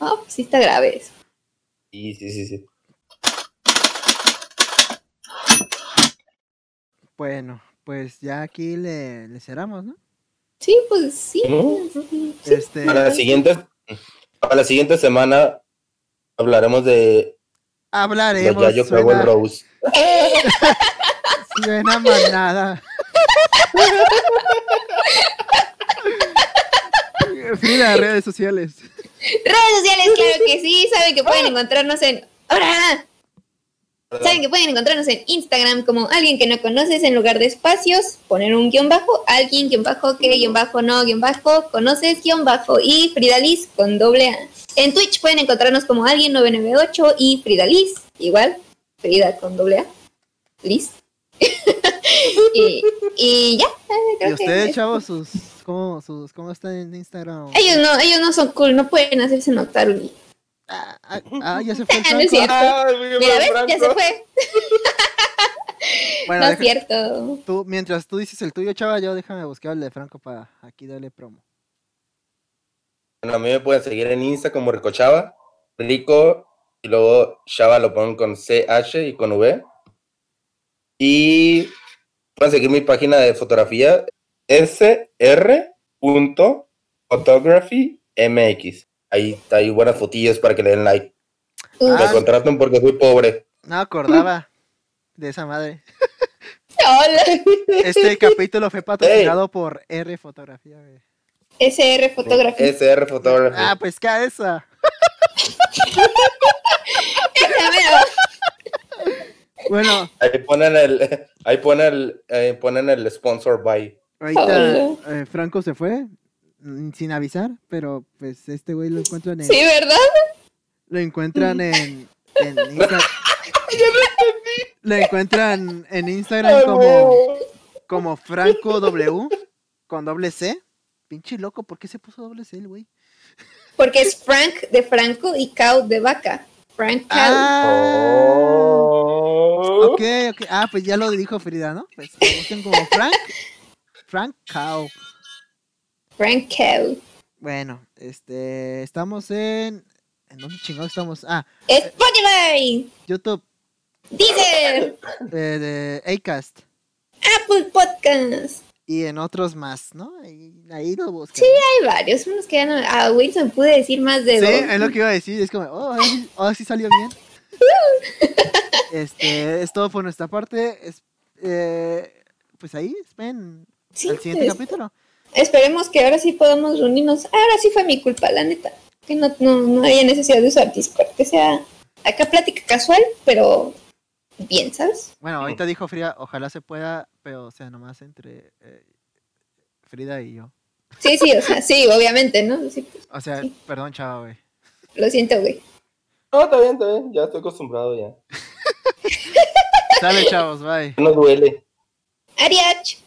B: No, pues sí está grave eso.
D: Sí, sí, sí, sí.
A: Bueno, pues ya aquí le, le cerramos, ¿no?
B: Sí, pues sí.
D: ¿No?
B: Sí.
A: Este,
D: Para la siguiente, para la siguiente semana hablaremos de los
A: hablaremos.
D: Yayo que hago el
A: suena-
D: Rose.
A: Suena manada. Frida, redes sociales.
B: Redes sociales, claro que sí. Saben que pueden encontrarnos en. ¡Ahora! Saben que pueden encontrarnos en Instagram como alguien que no conoces en lugar de espacios, poner un guión bajo, alguien guión bajo, que guión bajo, no guión bajo, conoces guión bajo y Fridalis con doble A. En Twitch pueden encontrarnos como alguien 998 y Fridalis, igual, Frida con doble A, Liz. y, y ya, eh, creo
A: ¿Y ustedes,
B: que-
A: chavos, sus, cómo, sus, cómo están en Instagram?
B: Ellos no, ellos no son cool, no pueden hacerse notar. Uli.
A: Ah, ah, ah, ya se fue el
B: No es
A: Franco. Ah,
B: cierto. Mira, ¿ves? Ya se fue.
A: Bueno,
B: No es
A: deja-
B: cierto.
A: tú- mientras tú dices el tuyo, chava, yo déjame buscar el de Franco para aquí darle promo.
D: Bueno, a mí me pueden seguir en Insta como Ricochava, Rico, y luego Chava lo ponen con CH y con V. Y pueden seguir mi página de fotografía sr.photographymx. Ahí hay buenas fotillas para que le den like.
B: Uy.
D: Me contratan porque soy pobre.
A: No acordaba de esa madre.
B: Hola.
A: Este capítulo fue patrocinado por R Fotografía. güey.
B: SR Fotografía.
D: SR Photography.
A: Ah, pues cada esa.
B: Esa mera.
A: Bueno,
D: Ahí ponen el, ahí ponen el, ahí ponen el sponsor by.
A: Ahorita
B: Oh,
A: eh, Franco se fue mm, sin avisar, pero pues este güey lo encuentran en,
B: Sí, Mm. ¿verdad?
A: lo encuentran en, en Insta- lo encuentran en Instagram como, como Franco W con doble C. Pinche loco, ¿por qué se puso doble C el güey?
B: Porque es Frank de Franco y Cow de vaca. Frank Cow.
A: Ah, Ok, ok. Ah, pues ya lo dijo Frida, ¿no? Pues lo busquen como Frank. Frank Cow.
B: Frank Kell.
A: Bueno, este. Estamos en. ¿En dónde chingados estamos? Ah,
B: Spotify,
A: YouTube,
B: Deezer,
A: eh, de Acast
B: Apple Podcast.
A: y en otros más, ¿no? Ahí, ahí lo buscan.
B: Hay varios, unos que ya no- A Wilson pude decir más de
A: Sí,
B: dos.
A: es lo que iba a decir. Es como, oh, ahora sí, ahora sí salió bien. Este, es todo por nuestra parte. Es, eh, pues ahí, esperen
B: Sí,
A: al siguiente
B: es-
A: capítulo.
B: Esperemos que ahora sí podamos reunirnos. Ahora sí fue mi culpa, la neta. Que no, no, no haya necesidad de usar Discord. Que sea acá plática casual, pero bien, ¿sabes?
A: Bueno, ahorita dijo Frida, ojalá se pueda, pero o sea, nomás entre eh, Frida y yo.
B: Sí, sí, o sea, sí, obviamente, ¿no? Sí, pues,
A: O sea,
B: Sí.
A: perdón, chava, güey.
B: lo siento, güey.
D: No, está bien, está bien. Ya estoy acostumbrado ya.
A: Dale, chavos, bye.
D: No duele.
B: Ariach.